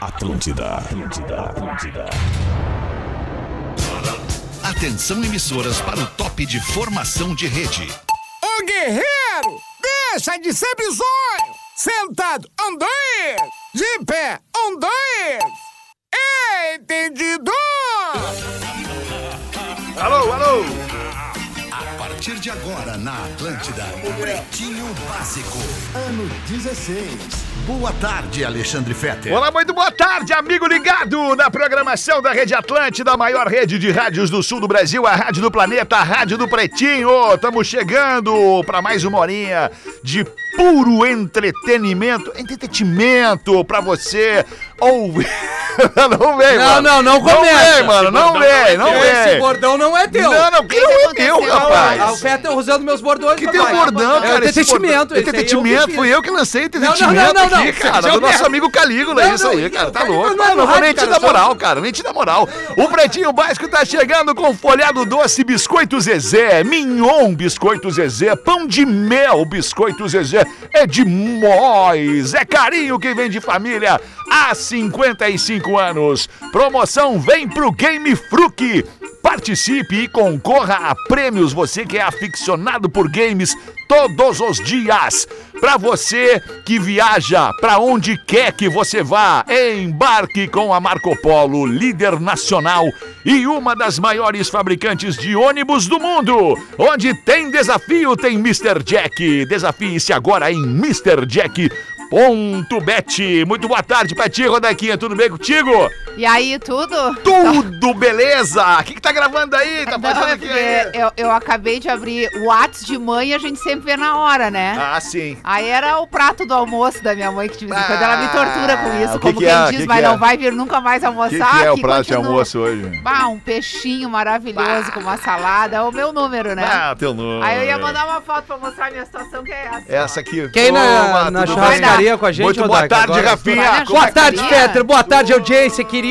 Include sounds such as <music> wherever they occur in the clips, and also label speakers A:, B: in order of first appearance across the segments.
A: Atlântida, Atlântida, Atlântida.
B: Atenção emissoras para o top de formação de rede.
C: Ô guerreiro, deixa de ser bizonho! Sentado, andoi! De pé, andoi! Entendido!
D: Alô, alô!
B: A partir de agora na Atlântida, o Pretinho Básico, ano 16. Boa tarde, Alexandre Fetter.
D: Olá, muito boa tarde, amigo ligado na programação da Rede Atlântida, a maior rede de rádios do sul do Brasil, a rádio do planeta, a rádio do Pretinho. Estamos chegando para mais uma horinha de puro entretenimento, entretenimento para você ouvir. <laughs> não vem,
E: Não,
D: mano.
E: não, não
D: Não
E: começa.
D: vem, mano, não vem, não
E: Esse
D: vem.
E: bordão não é teu.
D: Não, não, que não é meu, rapaz.
E: Ah, O Fetter usando meus bordões.
D: Que tem um
E: papai.
D: bordão, cara.
E: É o
D: esse
E: detetimento.
D: bordão. Detetimento, fui eu que lancei o
E: não,
D: detetimento
E: não, não, é
D: aqui,
E: não.
D: cara. Do
E: Detetive.
D: nosso amigo Calígula,
E: Não,
D: isso
E: não,
D: aí, cara. Tá
E: Calígula
D: louco.
E: não é
D: Não,
E: no
D: não vou
E: rádio,
D: nem te
E: cara,
D: dar
E: só-
D: moral, cara. Nem te dar moral. O Pretinho Básico tá chegando com folhado doce, biscoito Zezé, mignon, biscoito Zezé, pão de mel, biscoito Zezé. É demais. É carinho que vem de família há 55 anos. Promoção Vem Pro Game Fruque. Participe e concorra a prêmios, você que é aficionado por games todos os dias. Para você que viaja para onde quer que você vá, embarque com a Marco Polo, líder nacional e uma das maiores fabricantes de ônibus do mundo. Onde tem desafio, tem Mr. Jack. Desafie-se agora em Mr. Jack. Ponto Bet. Muito boa tarde pra ti, Rodaquinha. Tudo bem contigo?
F: E aí, tudo?
D: Tudo beleza! O que, que tá gravando aí? Tá
F: Não,
D: fazendo
F: é
D: o que
F: porque
D: aí?
F: eu, eu acabei de abrir o Whats de mãe e a gente sempre vê na hora, né?
D: Ah, sim.
F: Aí era o prato do almoço da minha mãe, que de vez em quando ela me tortura com
D: Ah,
F: isso,
D: que
F: como
D: que
F: quem
D: é?
F: diz,
D: Que
F: mas
D: que é?
F: não vai vir nunca mais
D: O que,
F: almoçar.
D: que é o
F: que
D: prato de
F: continua.
D: almoço hoje?
F: Bah, um peixinho maravilhoso com uma salada, é o meu número, né?
D: Ah, teu nome.
F: Aí eu ia mandar uma foto pra mostrar a minha situação, que é essa.
D: Essa aqui.
E: Quem
D: Toma,
E: na, na
D: tudo
F: churrascaria
E: churrascaria com a
D: bem?
E: gente,
D: Muito boa
E: Rodaica,
D: tarde,
E: agora?
D: Rafinha.
F: Vai na
D: Como
E: Boa
D: é que
E: tarde,
F: Churrascaria.
E: Fetter. Boa tarde, audiência querida.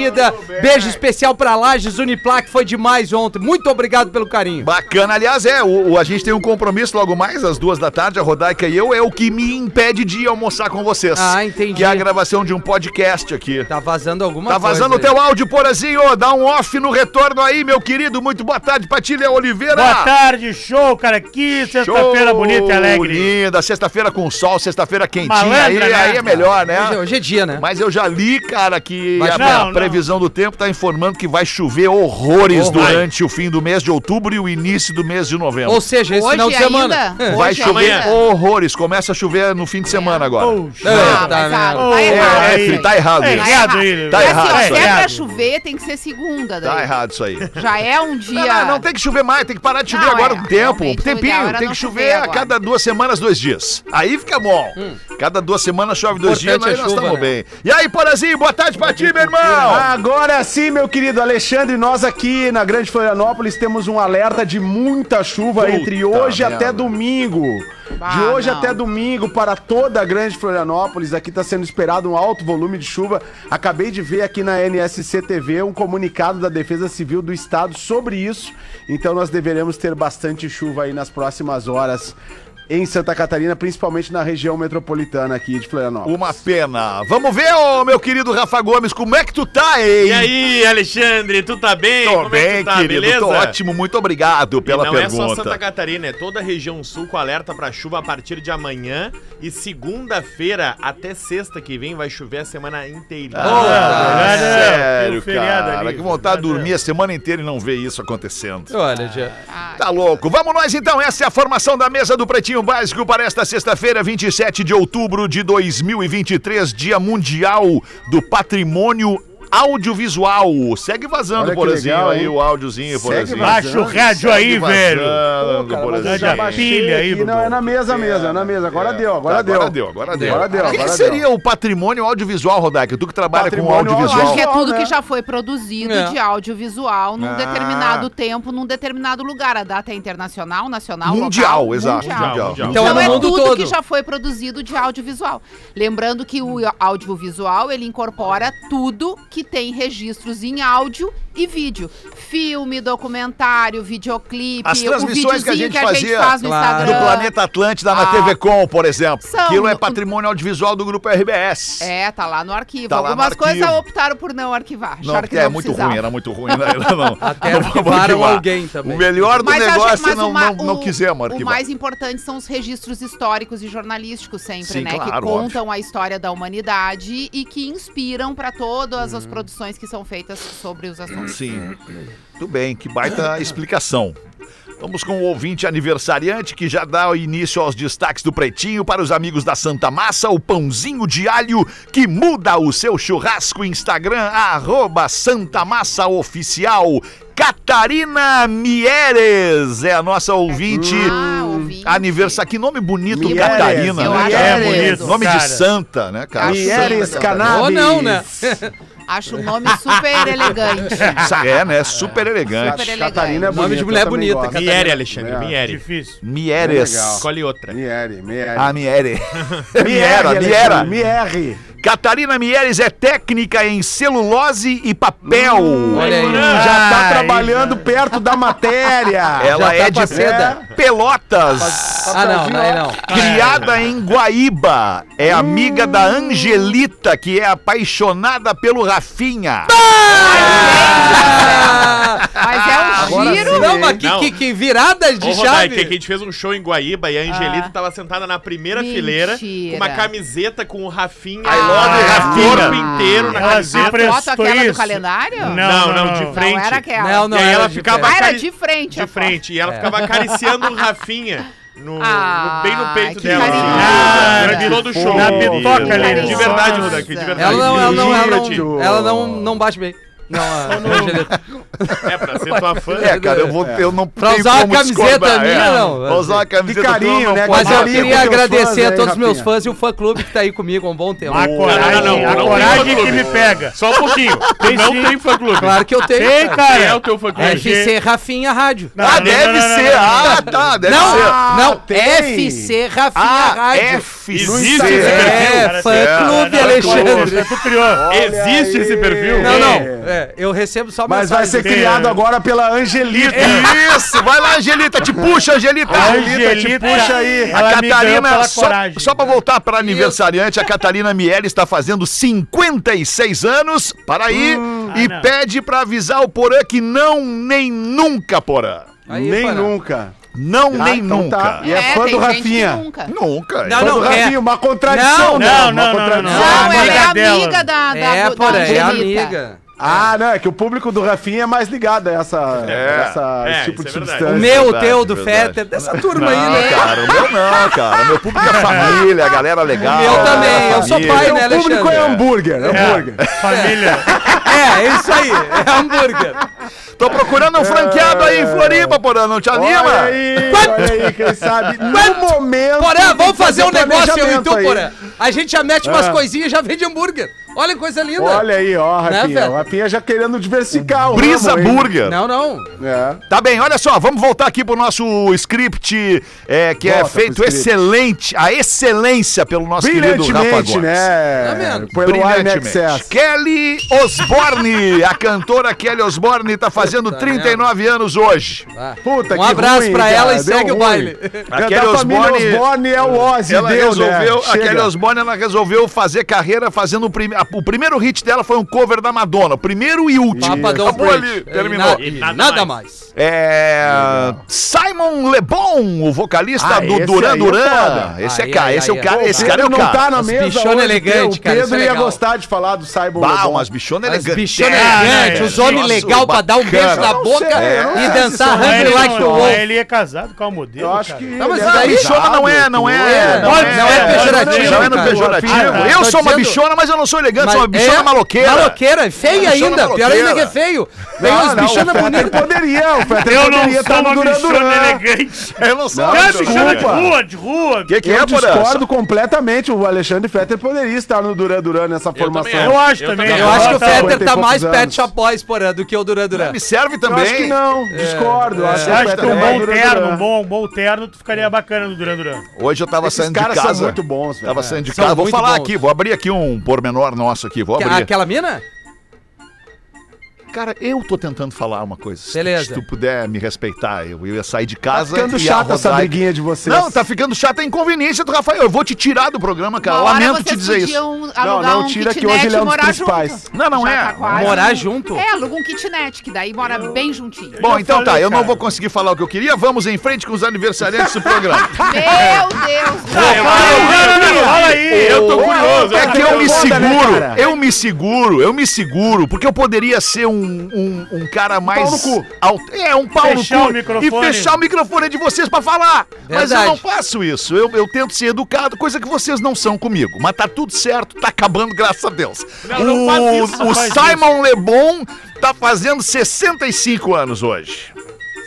E: Beijo especial pra Lages Uniplac. Foi demais ontem. Muito obrigado pelo carinho.
D: Bacana, aliás, é, o, o- a gente tem um compromisso logo mais, às duas da tarde, a Rodaica e eu, é o que me impede de ir almoçar com vocês.
E: Ah, entendi.
D: Que é a gravação de um podcast aqui.
E: Tá vazando alguma
D: Tá
E: coisa.
D: vazando o
E: aí.
D: teu áudio, Porazinho, dá um off no retorno aí, meu querido, muito boa tarde pra ti, Léo Oliveira.
G: Boa tarde, show, cara. Que sexta-feira
D: Show,
G: bonita e alegre.
D: Linda, sexta-feira com sol, sexta-feira quentinha,
G: Malandra,
D: aí,
G: né?
D: aí é melhor, né?
E: Hoje, hoje é dia, né?
D: Mas eu já li, cara, que
E: Mas
D: a,
G: não,
D: a
G: não.
D: previsão do tempo tá informando que vai chover horrores
E: Horror.
D: durante o fim do mês de outubro e o início do mês de novembro.
E: Ou seja, esse
F: Hoje
E: final de
F: ainda?
E: semana.
D: vai
F: hoje
D: chover
F: ainda?
D: horrores. Começa a chover no fim de semana agora.
G: Poxa.
E: É, tá
F: Ah, mas ah,
E: mesmo.
F: tá
D: É,
F: errado.
D: é,
G: aí.
D: Fri, tá errado.
G: É,
D: isso.
G: é. errado ele.
D: Tá
F: E
D: errado
F: Assim, ó,
D: isso
F: se
D: aí.
F: é pra
G: errado.
F: chover, tem que ser segunda. Daí.
D: Tá errado isso aí.
F: Já é um
D: Não,
F: dia.
D: não, não tem que chover mais, tem que parar de chover
F: Não,
D: agora
F: é,
D: com o tempo. Um
F: realmente, o ideal
D: tempinho,
F: era
D: tem que
F: não
D: chover a
F: chover
D: cada duas semanas, dois dias. Aí fica bom.
F: Hum.
D: Cada duas semanas chove dois dias,
E: Importante
D: nós
E: é
D: nós
E: chuva,
D: estamos
E: né?
D: bem. E aí, Porazinho, boa tarde pra ti, meu irmão.
H: Agora sim, meu querido Alexandre, nós aqui na Grande Florianópolis temos um alerta de muita chuva
D: Puta
H: entre hoje
D: merda.
H: até domingo. de
F: Ah,
D: é
H: hoje
F: não.
H: até domingo para toda a Grande Florianópolis, aqui está sendo esperado um alto volume de chuva. Acabei de ver aqui na NSC TV um comunicado da Defesa Civil do Estado sobre isso. Então nós deveremos ter bastante chuva aí nas próximas horas em Santa Catarina, principalmente na região metropolitana aqui de Florianópolis.
D: Uma pena. Vamos ver, ô, meu querido Rafa Gomes, como é que tu tá, hein?
I: E aí, Alexandre, tu tá bem?
D: Tô
I: Como
D: bem,
I: é que tu tá,
D: querido.
I: beleza?
D: Tô ótimo. Muito obrigado
I: E
D: pela
I: não
D: pergunta.
I: é só Santa Catarina, é toda a região sul com alerta pra chuva a partir de amanhã e segunda-feira até sexta que vem vai chover a semana inteira.
D: Ah,
G: Ah, não, tem
D: sério,
G: um feriado
D: cara.
G: ali.
D: Que vontade de
G: Ah, não.
D: dormir a semana inteira e não ver isso acontecendo.
E: Olha, já.
D: Tá louco. Vamos nós então. Essa é a formação da mesa do Pretinho Básico para esta sexta-feira, 27 de outubro de 2023, Dia Mundial do Patrimônio Audiovisual. Segue vazando,
H: Olha que
D: Porazinho,
H: legal,
D: aí
H: hein?
D: o áudiozinho,
H: Segue
D: Porazinho.
H: vazando.
G: Baixa o rádio aí, velho.
D: Vazando,
H: Pô, cara, mas
D: Porazinho.
H: eu já baixei
G: Pilha aí,
H: aqui. Não,
G: Bruno.
H: é na mesa mesmo, é na mesa. Agora deu, agora,
D: Tá,
H: deu.
D: Agora deu, agora deu.
H: Agora deu,
D: O que, que
H: agora
D: seria o patrimônio audiovisual, Rodaica? Tu que trabalha
H: Patrimônio
D: com
F: Eu acho
D: audiovisual.
F: que é
H: Visual,
F: tudo
H: né?
F: que já foi produzido
E: É.
F: de audiovisual num
D: Ah.
F: determinado tempo, num determinado lugar. A data é internacional, nacional,
D: Mundial,
F: local,
D: exato.
F: mundial.
D: mundial.
G: mundial.
F: Então,
E: Então é no
F: é
E: mundo
F: tudo
E: todo.
F: que já foi produzido de audiovisual. Lembrando que o audiovisual, ele incorpora tudo que tem registros em áudio e vídeo. Filme, documentário, videoclipe,
D: As transmissões que a
F: videozinho
D: gente fazia
F: faz no
E: claro.
D: Do
F: Instagram.
D: Planeta Atlântida na
F: Ah.
D: TV Com, por exemplo.
F: São-
D: Aquilo é patrimônio audiovisual do grupo RBS.
F: É, tá lá no arquivo.
D: Tá lá no
F: Algumas coisas
D: arquivo.
F: optaram por não arquivar.
D: Não,
F: acharam que
D: porque é muito
F: precisava.
D: ruim, era muito ruim. Não, não,
E: Até
D: não vamos
E: arquivaram
D: arquivar.
E: alguém também.
D: O melhor do
F: Mas acho-
D: negócio é
F: mas
D: não,
F: o ma-
D: não, não
F: o-
D: quisermos
F: O
D: arquivar.
F: mais importante são os registros históricos e jornalísticos sempre,
D: Sim,
F: né? que
D: claro,
F: contam a história da humanidade e que inspiram pra todas as produções que são feitas sobre os assuntos.
D: Sim. Muito bem, que baita explicação. Vamos com o ouvinte aniversariante que já dá início aos destaques do Pretinho para os amigos da Santa Massa, o pãozinho de alho que muda o seu churrasco Instagram, arroba Santa Massa Oficial. Catarina Mieres é a nossa ouvinte.
F: Ah, ouvinte.
D: Aniversa... Que nome bonito,
H: Mieres,
D: Catarina.
F: eu
D: né, cara?
F: acho que
G: é bonito,
D: Nome de
G: cara.
D: santa, né, cara?
F: Acho
H: Mieres
F: lindo.
H: Cannabis.
E: Ou não, né?
F: Acho o nome super elegante.
D: Sa- É, né? Super elegante.
F: Super
H: Catarina é
F: elegante.
H: bonita.
E: Nome de mulher
H: eu também
E: bonita,
H: gosto.
E: Catarina.
I: Miere, Alexandre,
H: É.
I: Miere.
G: Difícil.
D: Mieres.
H: Legal.
I: Escolhe outra.
H: Miere, Miere.
D: Ah, Miere. Miera, Miera.
H: Miere.
D: Catarina Mieres é técnica em celulose e papel. Hum,
E: Olha aí.
H: Já tá
G: Ai,
H: trabalhando perto da matéria.
D: Ela
E: tá
D: é de
E: pra seda.
D: Pelotas.
E: Ah, não, não, é não.
D: Criada em Guaíba, é amiga da Angelita, que é apaixonada pelo Rafinha. Ah!
F: Mas é um
H: Agora
F: giro.
H: sim.
E: Não, mas que,
I: Não.
E: que, que viradas de
I: Ô, Rodaica, que a
E: chave.
I: gente fez um show em Guaíba e a Angelita
F: Ah.
I: tava sentada na primeira
F: Mentira.
I: fileira com uma camiseta com o Rafinha.
D: I love
I: O
D: Rafinha. Ah,
I: corpo inteiro na
G: Ela
I: camiseta.
G: sempre-
F: Foto aquela do
G: isso.
F: calendário?
I: Não, não,
G: não.
I: de frente.
F: Não era aquela.
E: Não, não.
I: e aí
E: era
I: ela
E: de
I: ficava
E: pé.
F: Ah, era
I: acari-
F: de frente.
I: de
F: a foto.
I: frente. E ela
E: É.
I: ficava acariciando o Rafinha no, no-
F: Ah,
I: bem no peito
F: que
I: dela. assim.
F: carinhosa.
I: Ah, Durante
G: que
I: todo o
G: fofo.
I: show.
G: Na bitoca
F: ali,
I: De
F: no
I: verdade,
F: sonho.
I: Rodaica, de verdade.
E: Ela não, ela não, ela não,
H: Giro.
E: ela não, não bate bem. Não, ah. a Angeleta.
I: É, pra ser tua fã.
D: É, cara, eu, vou, eu não
E: Pra
D: tenho
E: usar uma
D: como
E: camiseta
D: discordar,
E: minha,
D: é.
E: não.
D: Pra usar uma camiseta tua,
H: carinho,
D: não
H: né,
D: pode
E: Mas eu
H: Mas
D: bater.
H: tem
E: queria
H: os teus
E: agradecer
H: fãs
E: a
H: aí,
E: todos os meus
H: Rafinha.
E: fãs e o fã-clube que tá aí comigo há um bom tempo.
G: A coragem,
I: não, não,
G: a
I: não tem
G: coragem que
I: fã-clube.
G: me pega.
I: Só um pouquinho. Tu não tem fã-clube.
E: Claro que eu tenho.
G: Tem,
E: cara.
G: cara.
I: É o teu fã-clube.
E: FC Rafinha Rádio.
G: Não,
D: Ah,
G: não, não,
D: deve
G: não, não,
D: ser.
G: não, não,
D: Ah, tá, deve
E: não,
D: ser.
E: não,
H: tem.
E: FC Rafinha
D: Ah,
E: Rádio.
D: FC.
I: Existe
E: É,
I: esse perfil.
G: cara,
E: fã-clube,
G: É, não, não,
E: Alexandre.
G: Tu criou.
I: Existe esse perfil?
E: Não, não,
H: É.
E: é, eu recebo só
H: Mas vai ser
E: mensagens.
H: criado agora pela Angelita.
D: Isso, vai lá, Angelita, te puxa, Angelita.
G: Angelita,
H: puxa aí.
D: A
G: ela me ganhou
D: Catarina,
G: pela
D: só,
G: coragem.
D: só pra voltar pra aniversariante, a Catarina Miele está fazendo 56 anos, para aí, e
G: Ah, não.
D: pede pra avisar o Porã que não, nem nunca, Porã.
E: Aí,
H: Nem
E: para.
H: nunca.
D: Não,
H: Ah,
D: nem
H: então
D: nunca.
H: tá. E é
F: É,
H: fã
F: tem
H: do
F: gente
H: Rafinha.
F: que nunca.
D: Nunca.
E: Não,
H: Fã
E: não.
H: do Rafinha,
E: é.
H: uma contradição,
E: Não,
H: né?
G: não,
H: Uma
G: não, não,
H: contradição.
G: não,
F: Não, ela é
G: Amiga dela.
F: amiga da, da,
E: É,
F: da
E: porra, é
F: Angelita.
E: amiga.
H: Ah, não, é que o público do Rafinha é mais ligado a essa,
D: É.
H: essa
I: É,
H: esse tipo de
I: isso é verdade.
H: substância.
E: O meu, tá- o
D: verdade,
E: teu, do
D: verdade.
E: Fetter, dessa turma aí,
D: Não,
E: né?
D: cara, o meu não, cara. O meu público é família, a galera é legal.
E: Eu também,
D: a
E: eu sou
D: família.
E: pai, né,
H: Então, o público
E: Alexandre?
H: é hambúrguer, hambúrguer.
G: Família.
E: É, é isso aí, é hambúrguer.
D: Tô procurando um franqueado aí em Floripa, Porã, não te anima?
H: É. Olha aí, olha aí, quem sabe.
E: Quanto?
H: No momento.
E: Porã,
H: tem que
E: vamos fazer um negócio eu e tu,
H: planejamento aí.
E: Porã. A gente já mete umas
H: Ah.
E: coisinhas e já vende hambúrguer. Olha que coisa linda.
H: Olha aí, ó, Rafinha.
E: velho?
H: o Rafinha já querendo diversificar o.
D: Brisa
H: ramo, hein?
D: Burger.
E: Não, não.
H: É.
D: Tá bem, olha só, vamos voltar aqui pro nosso script, é, que é
H: Volta pro
D: feito
H: script.
D: excelente, a excelência pelo nosso querido Rafa Gomes.
H: Brilhantemente, né?
E: Tá vendo?
H: Pelo IMXS.
D: Brilhantemente. Kelly Osborne, a cantora Kelly Osborne tá fazendo
E: Puta
D: 39 anos hoje.
E: Tá.
H: Puta
E: um abraço
H: ruim,
E: pra
H: cara,
E: ela e
H: deu
E: segue o
H: ruim.
E: baile.
D: A
H: Da
D: Kelly
H: família
D: Osbourne-
H: Osborne é o Ozzy,
D: Ela
H: deu,
D: resolveu,
H: né?
D: a
H: Chega.
D: Kelly Osbourne, ela resolveu fazer carreira fazendo o primeiro, o primeiro hit dela foi um cover da Madonna, o primeiro e último.
E: Papa Don
D: Acabou ali,
E: Bridge.
D: terminou.
E: E
I: E
E: nada,
I: nada
E: nada mais.
D: É. Simon Le Bon, o vocalista
H: Ah,
D: do
H: esse
D: Duran
H: aí é
D: Duran.
H: foda.
D: esse é
E: Aí,
D: cara,
E: aí,
D: esse é o
E: aí,
D: cara,
E: aí.
D: esse cara é o
H: não tá
D: cara.
H: na
E: As
H: mesa.
E: bichona
H: hoje,
E: elegante,
H: o
E: cara, isso
H: Pedro
E: é
H: ia
E: legal.
H: gostar de falar do Cyber
D: Bah,
H: Lebon.
D: umas bichonas
E: As
D: elegantes.
E: bichona
G: Ah, não,
E: elegante,
G: é.
E: os homens
D: Nossa,
E: legal pra dar um beijo
D: bacana.
E: na
H: Não
E: boca
H: sei, eu não
E: e
H: sei
E: dançar
H: se são
E: Hungry
G: Ele,
E: Ah, Like the
G: não, não,
E: Wolf.
G: ele é casado com a modelo.
H: Eu acho
G: cara.
H: que.
E: Não, mas
H: ele é
E: daí-
D: Bichona não é, não é.
E: Não,
G: não é pejorativo,
D: Não é no
G: cara.
D: pejorativo.
G: Ah, tá.
D: Eu
E: Tô
D: sou uma
E: dizendo-
D: bichona, mas eu não sou elegante, sou uma
E: Mas
D: bichona
E: é
D: maloqueira.
E: Maloqueira,
D: Bichona
E: feia ainda. Pior ainda que é
D: maloqueira.
E: feio. Vem
H: Não,
E: os
H: não,
E: bichona
H: o Fetter
E: bonita.
H: poderia, o Fetter
G: Eu não
H: poderia
G: sou
H: estar no
G: uma
H: Duran
G: bichona
H: Duran.
G: elegante.
D: tá né? Eu não sou
H: Não,
D: uma
G: É
H: desculpa.
G: bichona de
D: bichona.
G: rua, de rua.
D: Que que é,
H: Eu
D: Porã?
H: discordo completamente. O Alexandre Fetter poderia estar no Duran Duran nessa
I: também
H: formação.
G: Eu acho
I: Eu
G: também.
I: também
E: Eu acho que o
H: Tá,
E: Fetter
H: cinquenta e
E: tá
H: poucos
E: mais
H: anos.
E: Pet Shop Boys, porã, do que o Duran Duran.
D: Me serve
H: Eu
D: também.
H: acho que não, discordo. Eu Acho
G: Eu acho que um
H: vai
G: bom
H: Duran
G: terno,
H: Duran.
G: um bom, um bom terno, tu ficaria bacana no Duran Duran.
D: Hoje eu tava
H: Esses
D: saindo de
H: caras
D: casa.
H: são muito bons, velho.
D: Tava saindo de
E: São
D: casa. Vou
E: muito
D: falar
E: bons.
D: é aqui, vou abrir aqui um pormenor nosso aqui, vou
E: Que-
D: abrir.
E: Aquela mina?
D: Cara, eu tô tentando falar uma coisa.
E: Beleza.
D: Se tu puder me respeitar, eu, eu ia sair de casa.
H: Tá ficando
D: e ia
H: chata essa
D: rodar-
H: briguinha de vocês.
D: Não, tá ficando chata a inconveniência do Rafael. Eu vou te tirar do programa, cara.
F: Uma hora
D: Lamento
F: vocês
D: te dizer isso.
F: podiam
H: Não,
F: alugar
H: não,
F: um
H: tira que
F: kitnet
H: hoje ele é
F: e
H: um dos
F: morar
H: principais.
F: junto.
D: Não, não
F: Já
D: é.
F: tá quase.
E: Morar junto?
F: É, aluga um kitnet, que daí mora bem juntinho.
D: Bom,
G: já
D: então tá,
G: falei,
D: eu não
G: cara.
D: vou conseguir falar o que eu queria. Vamos em frente com os aniversariantes do programa.
F: Meu Deus do céu.
G: Fala aí!
I: Eu tô curioso.
D: É que eu me
H: Foda, né,
D: seguro,
H: cara?
D: eu me seguro, eu me seguro, porque eu poderia ser um, um, um cara mais.
H: pau no
D: alto- É, um pau
G: Fechar
D: no
G: o
D: cu.
G: microfone.
D: E fechar o microfone de vocês pra falar. Mas eu
E: Verdade.
D: não faço isso. Eu, eu tento ser educado, coisa que vocês não são comigo. Mas tá tudo certo, tá acabando, graças a Deus.
I: Não, não
D: o
I: faz isso, não
D: o
G: faz
D: Simon Lebon tá fazendo 65 anos hoje.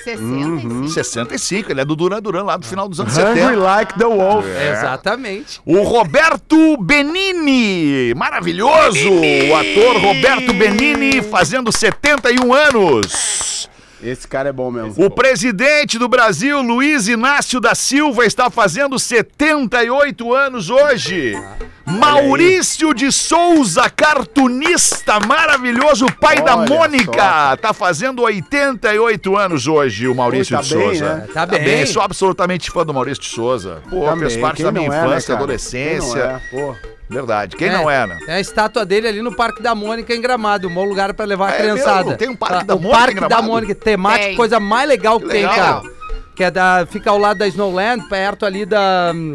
F: 65.
D: 65, ele é do Duran Duran lá do final dos anos
H: Hungry
D: 70.
H: like the wolf.
D: É.
E: Exatamente.
D: O Roberto Benini, maravilhoso! O ator Roberto Benini fazendo 71 anos.
H: Esse cara é bom mesmo.
D: O presidente do Brasil, Luiz Inácio da Silva, está fazendo 78 anos hoje. Maurício de Souza, cartunista maravilhoso, pai da
H: Olha
D: Mônica, está fazendo 88 anos hoje o Maurício
H: Pô, tá
D: de
H: bem,
D: Souza.
H: né?
E: Tá bem.
D: sou absolutamente fã do Maurício de Souza. Pô, fez
H: Também,
D: parte
H: quem
D: da minha
H: não é, né,
D: infância,
H: cara?
D: adolescência.
H: Quem não é, pô.
D: Verdade. Quem não é, né?
E: É a estátua dele ali no Parque da Mônica em Gramado, um bom lugar pra levar a
D: É
E: criançada.
D: mesmo? Tem um Parque
E: Tá,
D: da
E: o
D: Mônica em
E: Parque da
D: Gramado?
E: Mônica, temático,
F: Tem.
E: coisa mais legal que,
D: Que
E: tem,
D: legal.
E: cara. Que é da, fica ao lado da Snowland, perto ali da hum,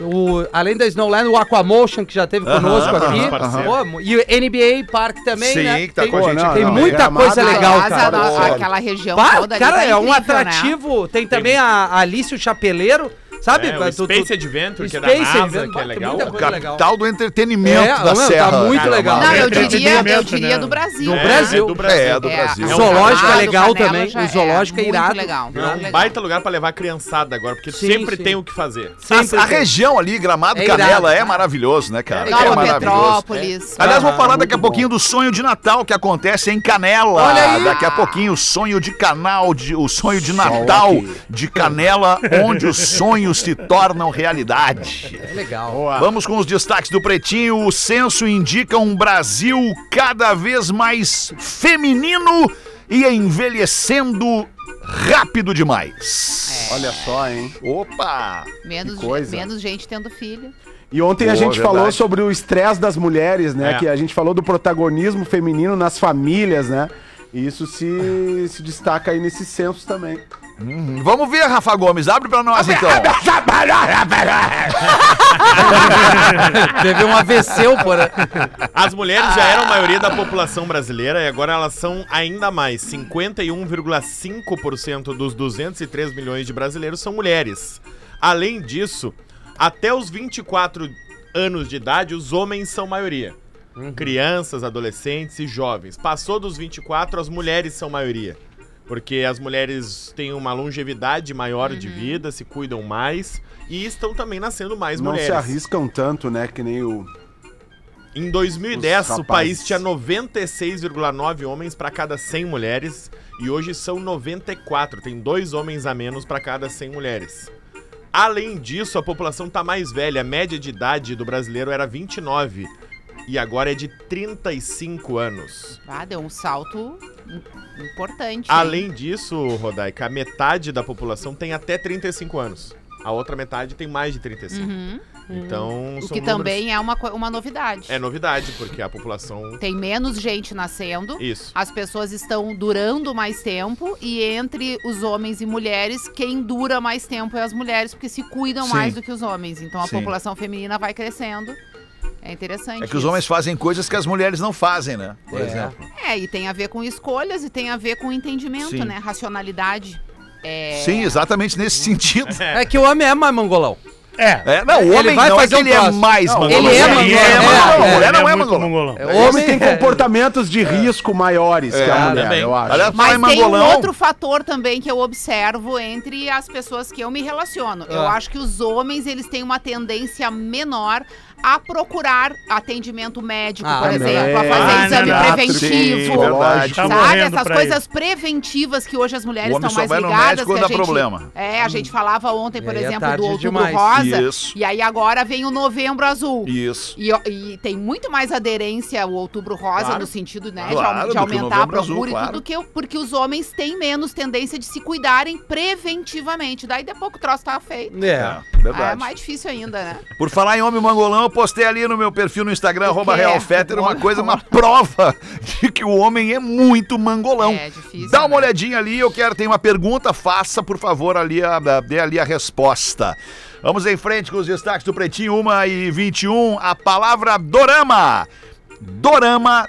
E: o, além da Snowland, o Aquamotion que já teve conosco aqui. Pô, e o NBA Park também,
D: Sim,
E: né?
D: que tá
E: tem,
D: com a gente tá
E: tem
D: aqui
E: muita
H: Gramado,
E: coisa
H: cara.
E: É legal,
F: Aliás,
E: cara.
F: a- a-
H: Olha.
F: aquela região
E: Pá,
F: toda ali
E: cara,
F: tá
E: é um
F: incrível, né?
E: atrativo. Tem também a Alice o Chapeleiro, sabe?
I: É, o
E: Tu- tu-
I: Space Adventure, que é da
E: Space
I: NASA,
E: Adventure,
I: que é
E: tem
I: legal.
E: muita
D: O
E: coisa
D: capital
E: legal.
D: do entretenimento
E: É,
D: da
E: não, tá
D: Serra.
E: muito legal.
F: Não, eu
G: Entretenimento,
F: diria, eu
G: né?
F: diria do Brasil.
E: Do
F: né?
E: Brasil.
I: do Brasil.
D: É, do
F: É,
D: Brasil.
F: a-
E: O zoológico é
F: Gramado,
E: legal
F: Canela
E: também,
F: já
E: o zoológico é
F: muito
E: irado.
F: legal,
I: É
F: muito
I: um
F: legal.
I: baita lugar pra levar a criançada agora, porque
E: Sim,
I: sempre
E: sim.
I: tem o que fazer.
E: Sempre
D: A, a
E: tem.
D: região ali, Gramado
E: É irado,
D: Canela, é
E: cara.
D: maravilhoso, né, cara?
F: Nova
D: é maravilhoso.
F: Petrópolis.
I: É.
D: Aliás,
E: Ah,
D: vou falar
H: muito
D: daqui a
H: bom.
D: pouquinho do sonho de Natal que acontece em Canela.
E: Olha aí.
D: Daqui a pouquinho o sonho de canal, de- o sonho de Natal de Canela, onde os sonhos se tornam
E: <laughs>
D: realidade.
E: É legal.
D: <laughs> Vamos com os destaques do Pretinho. O censo indica um Brasil cada vez mais feminino e envelhecendo rápido demais.
H: Olha só, hein?
E: É.
D: Opa!
F: menos,
H: que coisa.
F: menos gente tendo filho.
H: E ontem a
D: Boa,
H: gente
D: verdade.
H: falou sobre o estresse das mulheres, né?
I: É.
H: Que a gente falou do protagonismo feminino nas famílias, né? E isso se, se destaca aí nesses censos também.
D: Vamos ver, Rafa Gomes. Abre pra nós então.
E: Teve um AVC, o porra.
I: As mulheres já eram a maioria da população brasileira e agora elas são ainda mais. 51,5% dos 203 milhões de brasileiros são mulheres. Além disso, até os 24 anos de idade, os homens são maioria.
H: Uhum.
I: Crianças, adolescentes e jovens. Passou dos 24, as mulheres são maioria. Porque as mulheres têm uma longevidade maior
H: Uhum.
I: de vida, se cuidam mais e estão também nascendo mais
H: Não
I: mulheres.
H: se arriscam tanto, né? Que nem o.
I: Em 2010,
H: Os
I: o país
H: rapazes.
I: tinha 96,9 homens para cada 100 mulheres e hoje são 94, tem dois homens a menos para cada 100 mulheres. Além disso, a população tá mais velha, a média de idade do brasileiro era 29 e agora é de 35 anos.
F: Ah, deu um salto im- importante. hein?
I: Além disso, Rodaica, a metade da população tem até 35 anos. A outra metade tem mais de 35.
F: Uhum.
I: Então,
F: O
I: são
F: que
I: números-
F: também é uma, co- uma novidade.
I: é novidade, porque a população
F: Tem menos gente nascendo.
I: isso.
F: As pessoas estão durando mais tempo e entre os homens e mulheres, quem dura mais tempo é as mulheres, porque se cuidam
D: Sim.
F: mais do que os homens. Então a
D: Sim.
F: população feminina vai crescendo. É interessante.
D: É que os
F: isso.
D: homens fazem coisas que as mulheres não fazem, né? Por
E: É.
D: exemplo.
F: É, e tem a ver com escolhas e tem a ver com entendimento,
D: Sim.
F: né? Racionalidade. É...
D: Sim, exatamente nesse sentido.
E: É que o homem é mais mongolão.
G: É.
D: É, não, o
E: Ele
D: homem
E: vai
D: não
E: fazer
D: é
E: um
D: que ele é
E: troço.
D: mais
E: Não,
D: mongolão.
E: ele é
D: Ele é
E: mongolão.
D: mongolão,
E: É,
D: a mulher não é
G: muito
D: mongolão.
G: mongolão.
E: É,
H: O homem tem
E: é-
H: comportamentos de risco maiores que a
D: né?
H: mulher,
I: também.
H: eu acho.
D: Aliás, falar em
F: Mas tem um
D: mangolão.
F: outro fator também que eu observo entre as pessoas que eu me relaciono. Eu
E: Ah.
F: acho que os homens, eles têm uma tendência menor a procurar atendimento médico,
E: Ah,
F: por
E: não.
F: exemplo, a
H: É,
F: fazer exame
G: psiquiatra,
F: preventivo.
H: sim, verdade.
G: Tá
F: sabe?
G: morrendo
F: Essas
G: pra
F: coisas preventivas que hoje as mulheres
D: O homem
F: estão
D: só
F: mais
D: vai no
F: ligadas.
D: médico
F: que
D: quando dá
F: a gente,
D: problema.
F: É, a gente falava ontem, por
E: E aí é
F: exemplo,
E: tarde
F: do outubro
E: demais.
F: rosa.
D: Isso.
F: E aí agora vem o novembro azul.
D: Isso.
F: E, ó, e tem muito mais aderência ao outubro rosa
D: Claro.
F: no sentido né,
D: Claro,
F: de, au-
D: do
F: de
D: que o
F: aumentar a
D: Novembro
F: procura
D: Azul,
F: e
D: claro.
F: tudo que eu- porque os homens têm menos tendência de se cuidarem preventivamente. Daí depois pouco o troço tá feito.
E: É.
F: Ah, É
D: verdade.
F: mais difícil ainda, né?
D: Por falar em homem mangolão, eu postei ali no meu perfil no Instagram, arroba
F: que é?
D: realfetter, uma
F: Mangolão.
D: coisa, uma prova de que o homem é muito mangolão.
F: É difícil,
D: Então, Dá uma
F: né?
D: olhadinha ali, eu quero, tem uma pergunta, faça, por favor, ali a, a- dê ali a resposta. Vamos em frente com os destaques do Pretinho, 1 e 21, a palavra dorama. Dorama,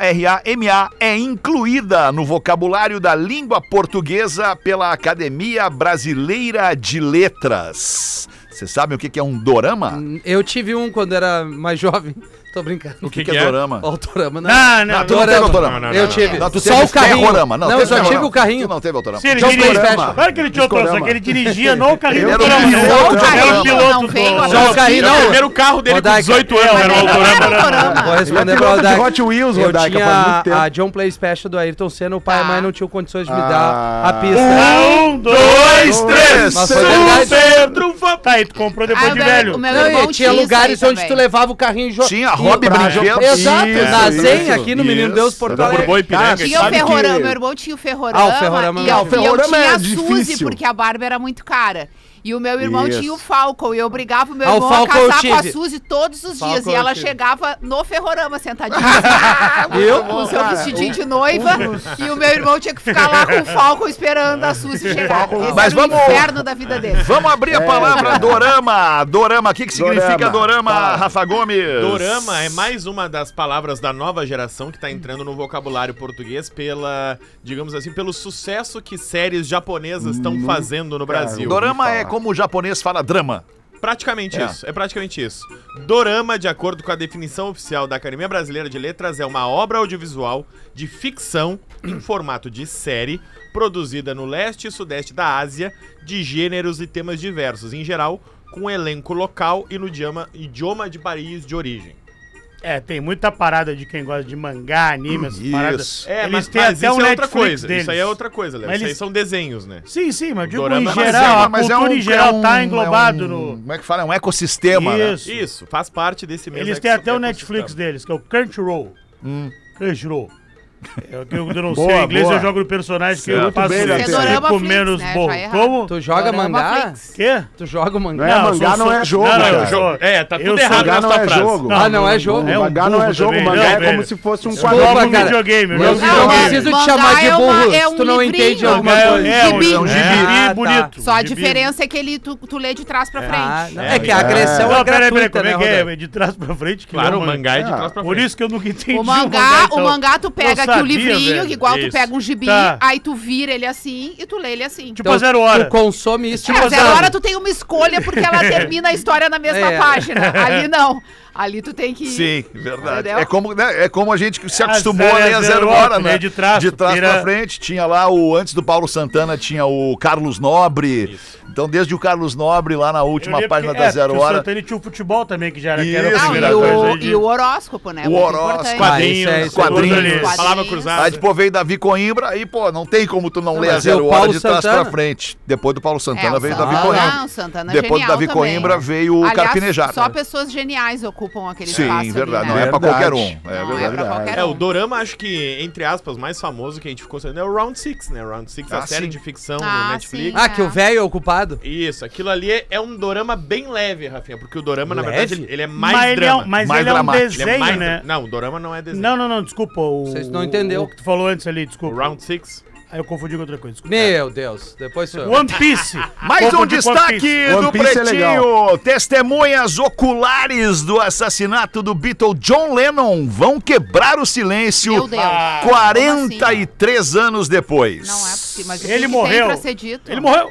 D: D-O-R-A-M-A, é incluída no vocabulário da língua portuguesa pela Academia Brasileira de Letras. Vocês sabem o que que é um dorama?
E: Eu tive um quando era mais jovem. <laughs> Tô brincando.
D: O que,
G: que
D: que, é,
G: que é?
D: dorama?
E: <laughs> Autorama, não.
G: Não, não,
D: tu não
E: Dorama.
D: teve autorama.
G: Não, não,
E: Eu
G: não,
E: tive.
D: Não, tu
E: Só
D: teve
E: o carrinho.
D: ferrorama. Não,
E: Não,
D: teve
E: eu só tive
D: ferrorama.
E: o carrinho.
D: Tu não teve autorama.
G: Se ele
E: Já os
G: dirige-
E: dois fecham.
G: Claro que ele tinha outro, só que ele dirigia no carrinho
H: Ele
G: do
H: era um
G: Dorama.
D: piloto,
G: Ele era
F: não
G: um piloto
F: veio
G: do-
F: agora.
E: Só o carrinho,
I: É o
E: não.
I: primeiro carro dele com
E: Rodaica.
I: 18 anos, era um
F: Mas ele não era
I: autorama.
F: autorama.
E: Vou responder
H: Ele é
E: pra
H: piloto de
E: Rodaica.
H: Hot Wheels,
E: Eu
H: Rodaica,
E: tinha
H: faz muito tempo.
E: a John Play Special do Ayrton Senna. O pai e a
F: Tá.
E: mãe não tinham condições de me
H: Ah.
E: dar a pista.
G: Um, dois,
D: Dois, três.
E: Mas foi verdade.
G: super trufa. Tá, e tu comprou depois
F: Ah,
G: de
F: o meu-
G: velho.
F: o meu
E: Não,
F: irmão
E: e tinha
F: isso aí
E: lugares onde
F: também.
E: tu levava o carrinho e jo-
D: Tinha
E: e-
D: hobby
E: pra-
D: brinquedo.
E: Exato,
H: Isso,
E: na Zen,
H: isso,
E: aqui no Menino
D: isso.
E: Deus, Porto
I: Por
E: Alegre.
I: Boi Piranga.
F: Ah,
H: Cara,
F: Tinha o
H: Sabe que-
F: Ferrorama, meu irmão tinha o Ferrorama.
E: Ah, o Ferrorama
F: e
E: não.
F: eu,
E: Ah, o
F: e
H: Ferrorama
F: eu tinha
H: é
F: a Suzy,
H: difícil.
F: porque a barba era muito cara. E o meu irmão
H: Isso.
F: tinha o Falcon. E eu brigava o meu
E: Ah, o
F: irmão
E: Falcon eu
F: a casar com a
E: tive.
F: Suzy todos os
E: Falcon
F: dias. E
E: eu
F: ela
E: tive.
F: chegava no Ferrorama
E: <laughs>
F: sentadinha. Ah,
E: Eu? um
F: Com seu vestidinho de noiva. E o meu irmão tinha que ficar lá com o Falcon
E: <laughs>
F: esperando a Suzy chegar. Esse
D: Mas
F: era
D: vamos-
F: o inferno da vida dele.
D: Vamos abrir
E: É.
D: a palavra dorama. Dorama, o que, que significa
H: Dorama.
D: dorama,
H: Fala.
D: Rafa Gomes?
I: Dorama é mais uma das palavras da nova geração que tá entrando no vocabulário português pela, digamos assim, pelo sucesso que séries japonesas estão fazendo no Brasil.
D: Dorama
H: falar.
D: é como o japonês fala drama.
I: Praticamente
D: É.
I: isso, é praticamente isso. Dorama, de acordo com a definição oficial da Academia Brasileira de Letras, é uma obra audiovisual de ficção em formato de série, produzida no leste e sudeste da Ásia, de gêneros e temas diversos, em geral, com elenco local e no idioma, idioma de país de origem.
G: É, tem muita parada de quem gosta de mangá, anime, assim. essas
H: Uhum.
D: Isso.
G: paradas.
I: É,
G: Eles
I: mas,
G: têm
I: mas
G: até
I: isso
G: um
I: é outra
G: Netflix
I: coisa.
G: deles.
I: Isso aí é outra coisa, Léo.
G: Mas
I: Isso aí
G: eles-
I: são desenhos, né?
G: Sim, sim, mas eu digo
I: Dorama, assim.
G: em
D: Mas é
G: geral,
D: uma-
G: a
D: mas é
G: cultura
D: um-
G: em geral
D: é um-
G: tá
D: é um-
G: englobado no...
D: Como é que fala? É um ecossistema, né?
G: Isso.
I: Isso, faz parte desse mesmo é
G: Eles têm até o
I: ecossistema.
G: Netflix deles, que é o Crunchyroll. Crunchyroll. É o que eu não sei
H: Boa,
G: em inglês,
H: boa.
G: eu jogo no personagem que eu
H: Muito
G: passo
H: bem,
E: né?
G: cinco
H: Leandro. Você é
F: dorama flix,
G: menos
F: né?
G: bom.
F: Já é
G: Como?
E: Tu joga
F: Dorama
E: mangá?
F: flix.
G: Quê?
E: Tu joga
H: Não é
E: mangá?
G: eu
H: mangá, não é jogo,
G: eu
H: cara.
G: sou-
I: É, tá tudo
G: eu sou-
I: errado
H: Mangá
I: nessa
H: não é
I: frase.
H: jogo.
E: Ah, não é jogo.
G: É um
H: mangá não é
G: burro
H: jogo,
G: também,
H: mangá
G: não,
H: é
G: velho.
H: como se fosse um
E: Desculpa,
H: quadrinho.
G: jogo
E: cara.
G: videogame,
E: Eu
G: eu jogo
E: não
G: videogame.
E: preciso te
F: Mangá
E: chamar de
F: é uma-
E: burro
F: é
E: se tu
F: um
E: não entende
F: livrinho.
E: alguma
G: Mangá é- é
E: coisa.
G: um-
F: gibi.
G: é um gibi
E: Ah, tá.
G: bonito.
F: Só a
G: gibi.
F: diferença é que ele, tu, tu lê de trás pra
E: Ah,
F: frente.
E: não. É que a agressão é
G: Não, peraí, peraí,
E: gratuita,
G: como
E: né,
G: é que
E: Rodaica?
G: é? De trás pra frente? que
I: Claro,
G: não,
I: o mangá é de
H: Ah,
I: trás pra frente.
G: Por isso que eu nunca entendi
F: O mangá,
G: então.
F: o mangá tu
G: Não
F: pega aqui
G: sabia,
F: o livrinho,
G: velho.
F: que igual
I: Isso.
F: tu pega um gibi,
G: Tá.
F: aí tu vira ele assim e tu lê ele assim.
G: Tipo a zero hora.
E: Então, Tu consome isso. tipo
F: É, mas
E: usando.
F: agora tu tem uma escolha
G: <laughs>
F: porque ela termina a história na mesma
E: É.
F: página. Ali não. Ali tu tem que.
D: <laughs> Sim, verdade.
F: Entendeu?
D: É como, né, é como a gente que se
G: A
D: acostumou a
G: zero é
D: ler a
G: zero
D: zero hora,
G: hora,
D: né?
G: né? De trás,
D: De trás
G: vira-
D: pra frente. Tinha lá o. Antes do Paulo Santana, tinha o Carlos Nobre. Então, desde o Carlos Nobre, lá na última página da zero hora.
G: Ele tinha é, o futebol também, que já era, que era
D: Isso. Ah,
G: a
F: Não,
G: primeira
F: e,
G: é coisa.
F: o,
G: aí de-
F: e o horóscopo, né?
D: O
F: é Muito
D: horóscopo.
F: importante.
E: Quadrinho.
I: Quadrinhos,
E: Ah, isso é- isso é
I: quadrinhos,
F: importante.
I: palavra
F: Quadrinhos.
I: cruzada.
D: Aí depois veio Davi Coimbra, aí, pô, não tem como tu não, ler a
E: mas e o
D: zero hora
E: Paulo
D: de trás
E: Santana?
D: pra frente. Depois do Paulo
F: É,
D: Santana
F: o
D: veio
F: Santana,
D: Davi Coimbra.
F: o Santana é
D: Depois do
F: genial
D: Davi
F: também. né?
D: Coimbra veio o
F: Aliás,
D: Carpinejar. né?
F: Só pessoas geniais ocupam aquele espaço.
D: Sim,
F: ali,
D: verdade.
F: né?
D: Não é pra
H: Verdade.
D: qualquer um. É
F: Não,
D: verdade.
F: é pra qualquer
I: É, o
F: um.
I: Dorama, acho que, entre aspas, mais famoso que a gente ficou sabendo é o Round Six, né? Round Six,
D: Ah,
I: a série
D: sim.
I: de ficção
F: Ah,
I: no Netflix.
F: sim.
E: Ah, que o velho é o culpado?
I: Isso, aquilo ali é, é um dorama bem leve, Rafinha, porque o dorama, na
E: Leve?
I: verdade, ele, ele é mais
G: mas ele é
I: drama.
G: um, mas
D: mais
G: ele é um
D: dramático.
I: Ele
G: desenho,
I: mais
G: né?
I: Não, o dorama não é desenho.
G: Não, não, não, desculpa. O,
E: Vocês não entendeu.
G: O que tu falou antes ali,
I: O
G: desculpa.
I: Round Six.
G: Aí eu confundi com outra coisa, desculpa.
E: Meu Deus, depois sou eu.
G: One Piece.
D: Mais
G: Confundi
D: um
G: com One Piece.
D: destaque do
H: One Piece é
D: Pretinho. Testemunhas oculares do assassinato do Beatle John Lennon vão quebrar o silêncio
F: Meu Deus. Ah, como
D: 43 anos depois.
F: Não é possível. Mas o
G: Ele
F: que que
G: morreu.
F: Tem pra ser dito?
G: Ele
F: <laughs>
G: morreu.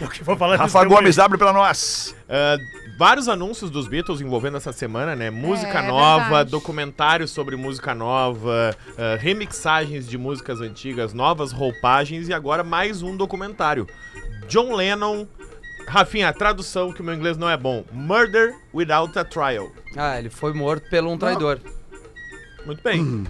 G: Eu que vou falar
D: Rafa
G: testemunho.
D: Gomes, abre pra nós.
I: Ah, vários anúncios dos Beatles envolvendo essa semana, né? Música
F: É, é
I: nova,
F: verdade.
I: documentários sobre música nova, ah, remixagens de músicas antigas, novas roupagens e agora mais um documentário. John Lennon Rafinha, tradução, que o meu inglês não é bom. Murder without a trial.
E: Ah, ele foi morto pelo um traidor.
I: Muito bem.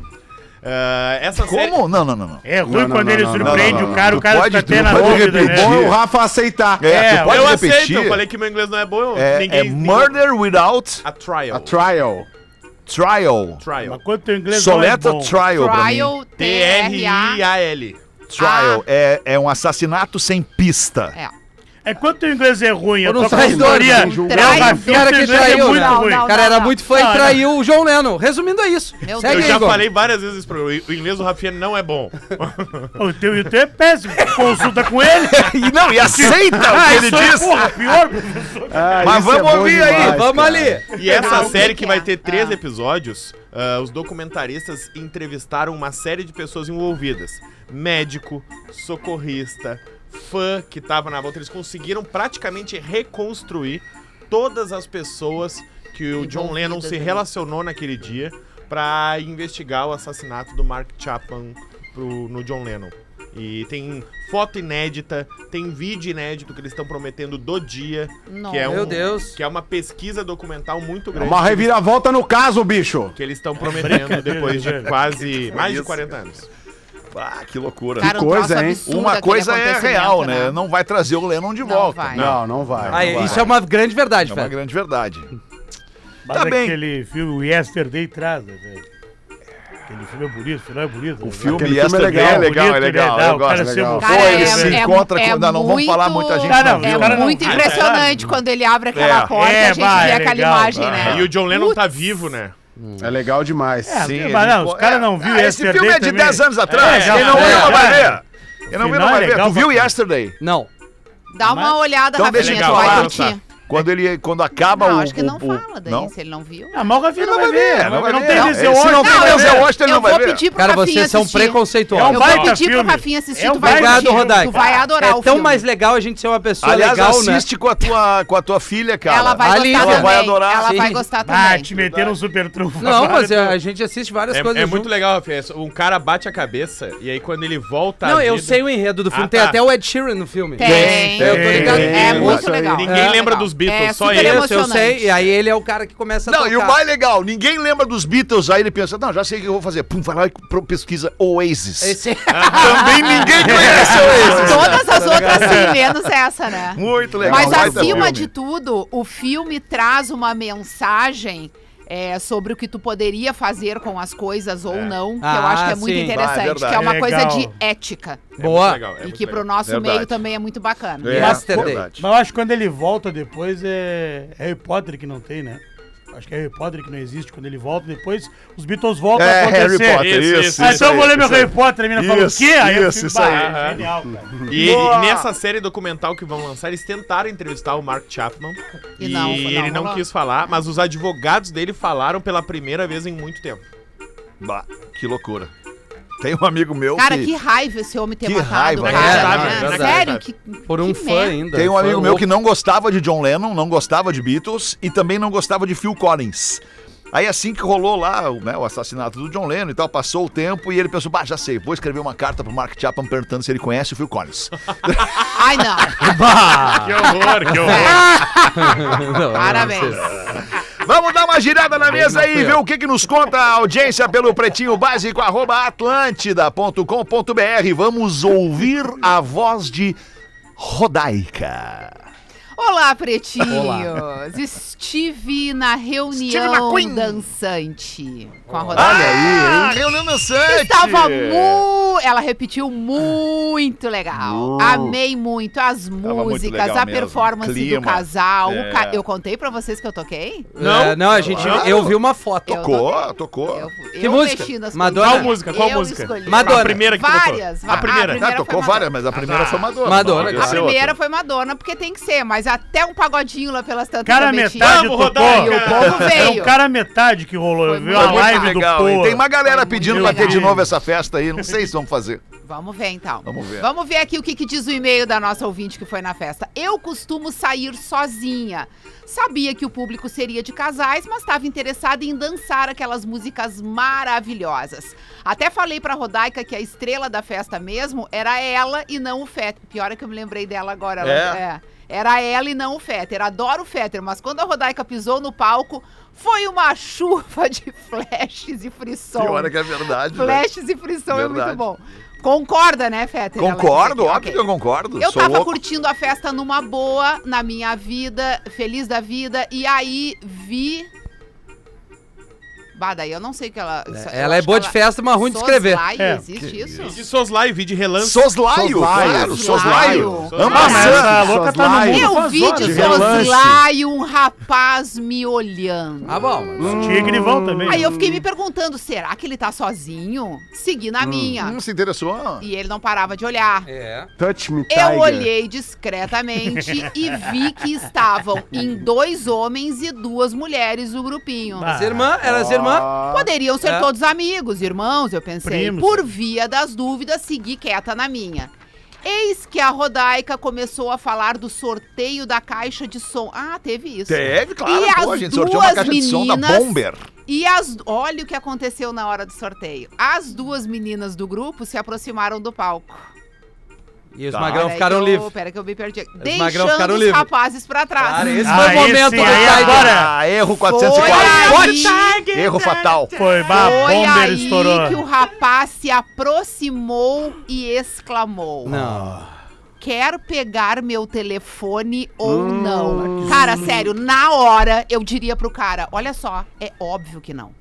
I: Ah, essa série-
D: Hum. Como? Não, não, não. não.
G: É ruim
H: Não, não,
G: quando
H: não,
G: ele
H: não,
G: surpreende
H: não, não,
G: o cara,
D: não.
G: o cara
D: Pode-
G: fica até
D: tu
G: na
D: pode
G: dúvida,
H: É bom
D: repetir.
G: né?
H: o Rafa aceitar.
D: É,
G: É,
D: tu pode
I: eu aceito,
D: repetir.
I: eu falei que meu inglês não é bom. eu-
D: é, é murder without
I: A trial.
H: A trial.
D: trial.
I: trial.
G: Mas quando teu inglês não é
D: Soleta
G: bom.
D: trial. pra mim.
F: Trial, T-R-A.
I: T-R-I-A-L.
D: Trial é, é um assassinato sem pista.
F: Ah. É.
G: É quando teu inglês é ruim, a
E: Por um
G: tua
E: traidor,
G: consultoria
E: né?
G: é o
F: Traidor.
E: O
G: Rafinha,
E: cara
G: teu
E: que
G: inglês é
E: traiu,
G: muito
E: né?
F: Não,
G: ruim.
E: O
F: não,
E: cara era
F: não.
E: muito fã
G: Não,
E: e traiu o João Leno. Resumindo, é isso.
F: Meu
E: Segue
I: Eu
F: Deus.
E: aí,
I: já
E: Igor.
I: falei várias vezes pro o inglês do Rafinha não é bom.
G: O teu, e o teu é péssimo. Consulta com ele.
D: E não, e aceita o que ele
G: Isso
F: é
G: aí,
D: diz.
G: porra, pior, professor.
H: Ah,
D: Mas
H: isso
D: vamos
H: bom
D: ouvir aí.
H: demais,
E: Vamos
H: cara.
E: ali.
I: E essa
F: Ah, o
I: série
F: que
I: que
F: que
I: vai
F: é?
I: ter três
F: Ah.
I: episódios, ah, os documentaristas entrevistaram uma série de pessoas envolvidas. Médico, socorrista, fã que tava na volta. Eles conseguiram praticamente reconstruir todas as pessoas que o John
F: Envolvidas,
I: Lennon se
F: né?
I: relacionou naquele dia pra investigar o assassinato do Mark Chapman pro- no John Lennon. E tem foto inédita, tem vídeo inédito que eles estão prometendo do dia,
F: Nossa.
I: que é um,
E: Meu Deus.
I: que é uma pesquisa documental
D: É
I: muito grande
H: Uma reviravolta no caso, bicho.
I: que eles estão prometendo depois de
G: velho.
I: quase mais de
D: É isso,
I: 40 anos.
D: Ah, que loucura.
F: Cara, um
H: coisa,
F: troço
H: hein?
F: absurdo
D: Uma
F: aquele
D: coisa é
F: acontecimento,
D: real, né? Não vai trazer o Lennon de
F: Não
D: volta.
F: vai.
D: Não,
H: Não, não vai.
E: Ah,
H: não vai.
E: isso é uma grande verdade,
D: é uma
E: velho.
D: grande verdade.
G: Mas é
D: Tá bem.
G: aquele filme Yesterday traz, né, velho? Aquele filme é bonito, o final é bonito.
D: O
G: né,
D: filme,
H: Aquele filme é
D: Yesterday
H: legal,
D: é legal, é
G: bonito,
D: legal,
G: legal,
D: eu
G: o cara
D: gosto.
G: se
D: legal.
G: emocionou.
D: Ou ele se
F: é-
D: encontra
F: é
D: quando não vamos falar
F: muito-
D: muita
G: Não,
D: gente.
G: não,
D: viu.
G: o cara
F: É
G: não-
F: muito
G: Ah,
F: impressionante quando ele abre aquela
D: É.
F: porta
G: É,
F: a gente
G: vai,
F: vê
G: é
F: aquela
G: legal.
F: imagem,
I: É,
F: né?
I: E o John Lennon tá vivo, né?
H: É legal demais.
G: É,
H: Sim.
D: Sim,
G: mas
D: ele
G: não, os
D: pô-
G: caras
D: é,
G: não viu
D: ah, Esse
G: Yesterday
D: filme é de
G: também.
D: 10 anos atrás.
G: já-
D: Quem não
G: é,
D: viu não vai
G: já.
D: ver. Quem não viu não
G: Final é
D: vai ver.
G: legal
D: Tu viu
G: pra caralho.
D: Yesterday?
E: Não.
F: Dá uma olhada,
D: Então deixa
F: Rafinha,
D: eu
F: tu vai
D: falar.
F: curtir.
D: Quando ele quando acaba o
F: Não, acho que
D: o-
F: não
D: o-
F: fala daí,
D: não?
F: se ele não viu.
G: Ah, mal o Rafinha
D: Ele não vai ver, não vai
G: Não
D: ver.
G: tem
D: Não,
G: Denzel
D: esse não
G: Washington.
D: tem
G: né?
D: Denzel Washington, ele
F: eu
D: não vai
F: vou
D: ver.
F: pedir pro
E: Cara,
F: Rafinha
E: vocês são
F: assistir.
E: preconceituosos.
G: É um
F: Eu
G: baita
F: vou pedir
G: filme.
F: pro Rafinha assistir,
G: É um
F: tu vai
G: baita
E: Obrigado,
F: curtir.
E: Rodaica.
F: Tu vai adorar
E: É
F: o
E: tão
F: filme.
E: mais legal a gente ser uma pessoa
D: Aliás,
E: legal, né?
D: assiste com, a tua, com a tua filha, cara.
F: Ela vai
E: Ali,
F: gostar
E: ela
F: também.
D: vai adorar.
F: Ela vai
E: Sim.
F: gostar
G: Ah,
F: também.
G: te meteram um super trunfo.
E: Não, mas é,
G: Agora
E: a a gente assiste várias
I: É,
E: coisas
I: é muito
E: junto.
I: legal, Rafinha. Um cara bate a cabeça e aí quando ele volta. à
E: Não, eu
I: vida-
E: sei o enredo do filme.
I: Ah,
E: Tem
I: tá.
E: até o Ed Sheeran no filme.
F: Tem.
E: Eu tô ligado.
F: É
H: Tem,
F: muito
H: isso aí.
F: legal.
I: Ninguém
F: É
I: lembra
F: legal.
I: dos Beatles,
F: É
I: só
F: super
I: ele.
E: Isso, eu
F: emocionante.
E: sei. E aí ele é o cara que começa a
D: Não,
E: tocar.
D: e o mais legal, ninguém lembra dos Beatles, aí ele pensa, não, já sei o que eu vou fazer. Pum, vai lá e pro- pesquisa Oasis.
E: Esse... é
D: Também
E: <laughs>
D: ninguém conhece Oasis.
F: Todas as outras sim, menos essa, né?
D: Muito legal.
F: Mas
D: baita
F: acima
D: filme.
F: de tudo, o filme traz uma mensagem é, sobre o que tu poderia fazer com as coisas ou não, que eu
E: Ah,
F: acho que é muito
E: sim.
D: Ah, é
F: interessante,
D: verdade.
F: que é uma coisa
G: Legal.
F: de ética.
E: Boa.
I: é
F: e
I: muito
F: que pro
I: legal.
F: nosso
D: Verdade.
F: meio também é muito bacana.
D: É,
E: Yesterday.
D: verdade.
G: Mas eu acho que quando ele volta depois é é Harry Potter que não tem, né? Acho que é Harry Potter que não existe quando ele volta. Depois os Beatles voltam a
D: É, Harry
G: acontecer.
D: Potter, isso,
I: Isso,
D: isso.
I: isso.
G: Ah, então eu vou
D: aí,
G: ler meu
D: isso aí.
G: Harry Potter, a menina fala o
D: Isso,
G: quê? Aí eu
D: isso,
G: fico,
D: isso aí.
G: "Bah, é Genial, cara.
I: E, e
D: Boa!
I: nessa série documental que vão lançar, eles tentaram entrevistar o Mark Chapman.
F: E
I: E,
F: não, não
I: ele não
F: rolou.
I: quis falar, mas os advogados dele falaram pela primeira vez em muito tempo.
D: Bah, que loucura. Tem um amigo meu
F: Cara,
D: que...
F: que raiva esse homem ter
D: Que
F: matado o
D: raiva,
F: cara,
I: é,
F: né?
I: verdade.
F: Sério? Que,
E: Por um
F: que
E: fã
F: merda.
E: ainda.
D: Tem um
E: Foi
D: amigo meu
E: louco.
D: que não gostava de John Lennon, não gostava de Beatles e também não gostava de Phil Collins. Aí assim que rolou lá o, né, o assassinato do John Lennon e tal, passou o tempo e ele pensou, bah, já sei, vou escrever uma carta pro Mark Chapman perguntando se ele conhece o Phil Collins.
F: Ai, não.
I: Que horror, que horror.
E: Não,
F: Parabéns.
D: Vamos dar uma girada na mesa
E: não
D: aí
E: fui
D: e ver
E: eu.
D: o que, que nos conta a audiência pelo pretinho básico, arroba atlântida.com.br. Vamos ouvir a voz de Rodaica.
F: Olá, pretinhos. Estive na reunião dançante com a rodada.
D: aí, hein? Ah, Reunião dançante!
F: Estava muito. Ela repetiu muito legal. Amei muito as
D: muito
F: músicas,
D: legal
F: a
D: mesmo.
F: performance
D: Clima.
F: do casal. o
D: É.
F: ca- Eu contei pra vocês que eu toquei?
E: Não, é, não a gente.
D: Claro.
E: Eu vi uma foto.
F: Eu
D: Tocou, tocou.
F: Eu,
E: Que
F: eu
E: música?
F: mexi nas
E: Madonna?
F: coisinhas.
I: Qual música? Qual
F: Eu
I: música?
F: escolhi.
E: Madonna.
I: A primeira que tocou.
F: Várias,
I: A primeira.
D: Ah, tocou
F: foi Madonna.
D: várias, mas a primeira foi Madonna.
E: Madonna,
D: Podia
F: A
E: Essa
G: é
D: ser
F: primeira
D: outra.
F: foi Madonna, porque tem que ser, mas até um pagodinho lá pelas tantas
G: Cara,
F: também tinha.
G: metade
I: Vamos, Rodaica!
G: tocou.
F: E o povo
G: É
F: veio.
G: o cara metade que rolou.
F: Foi
G: Eu vi
F: muito
G: a
D: Foi muito
G: live do
D: legal, hein?
G: povo.
D: Tem uma galera
F: Foi muito
D: pedindo pra ter
F: legal.
D: de novo essa festa aí. Não sei se vão fazer.
F: Vamos ver então.
D: Vamos ver.
F: Vamos ver aqui o que, que diz o e-mail da nossa ouvinte que foi na festa. Eu costumo sair sozinha. Sabia que o público seria de casais, mas estava interessada em dançar aquelas músicas maravilhosas. Até falei pra Rodaica que a estrela da festa mesmo era ela e não o Feta. Pior é que eu me lembrei dela agora. Ela,
D: É?
F: é. Era ela e não o Fetter. Adoro o Fetter, mas quando a Rodaica pisou no palco, foi uma <laughs> chuva de flashes e frisson.
D: Pior que é verdade. né?
F: Flashes e frisson é
D: Verdade.
F: muito bom. Concorda, né, Fetter? Ela
D: Concordo,
F: disse aqui,
D: óbvio
F: ok.
D: que eu concordo.
F: Eu
D: sou
F: tava
D: louco.
F: curtindo a festa numa boa, na minha vida, feliz da vida, e aí vi. Bah, daí eu não sei o que ela. isso- eu
E: ela é
F: acho
E: boa
F: que
E: de festa, mas ruim de escrever.
F: Soslaio,
G: É,
F: existe isso?
I: E de Soslaio, vi de relance.
D: Soslaio, claro,
F: Soslaio.
D: Soslaio.
I: Soslaio.
D: Ama
I: Ah, mas
G: essa louca tá no
D: Soslaio.
G: mundo.
F: Eu
G: faz
F: vi
G: horas,
F: de
G: de
F: soslaio um rapaz me olhando.
E: Ah, bom.
G: Tinha Grivão também.
F: Aí eu fiquei me perguntando, será que ele tá sozinho? Segui na minha.
D: Hum, se interessou.
F: E ele não parava de olhar.
E: É.
H: Touch me, Tiger.
F: Eu olhei discretamente e vi que estavam em dois homens e duas mulheres o grupinho.
G: Bah.
E: As irmãs, eram as irmãs.
F: Poderiam ser
E: É.
F: todos amigos, irmãos, eu pensei.
G: Primos.
F: Por via das dúvidas, segui quieta na minha. Eis que a Rodaica começou a falar do sorteio da caixa de som. Ah, teve isso.
D: Teve, claro,
F: E
D: pô, a
F: as
D: gente sorteou uma
F: duas
D: caixa de som da
F: meninas-
D: Bomber.
F: E as, olha o que aconteceu na hora do sorteio. As duas meninas do grupo se aproximaram do palco.
E: E os
I: Tá.
E: magrão
F: Peraí
E: ficaram
F: que eu-
E: livres.
F: Pera que eu me perdi. aqui.
E: magrão
F: Deixando
E: ficaram
F: os
E: livres.
F: rapazes pra trás.
E: Cara, esse
G: Ah,
E: foi o
G: esse
E: momento do
G: aí
E: Tiger.
G: agora-
D: Ah, erro
F: Foi
D: 444.
F: aí,
D: Erro fatal.
G: Foi, bah,
F: foi
G: bomber
F: aí que o
G: estourou.
F: rapaz se aproximou e exclamou.
E: Não.
F: Quer pegar meu telefone ou
H: Hum,
F: não? Cara, sério, na hora eu diria pro cara, olha só, é óbvio que não.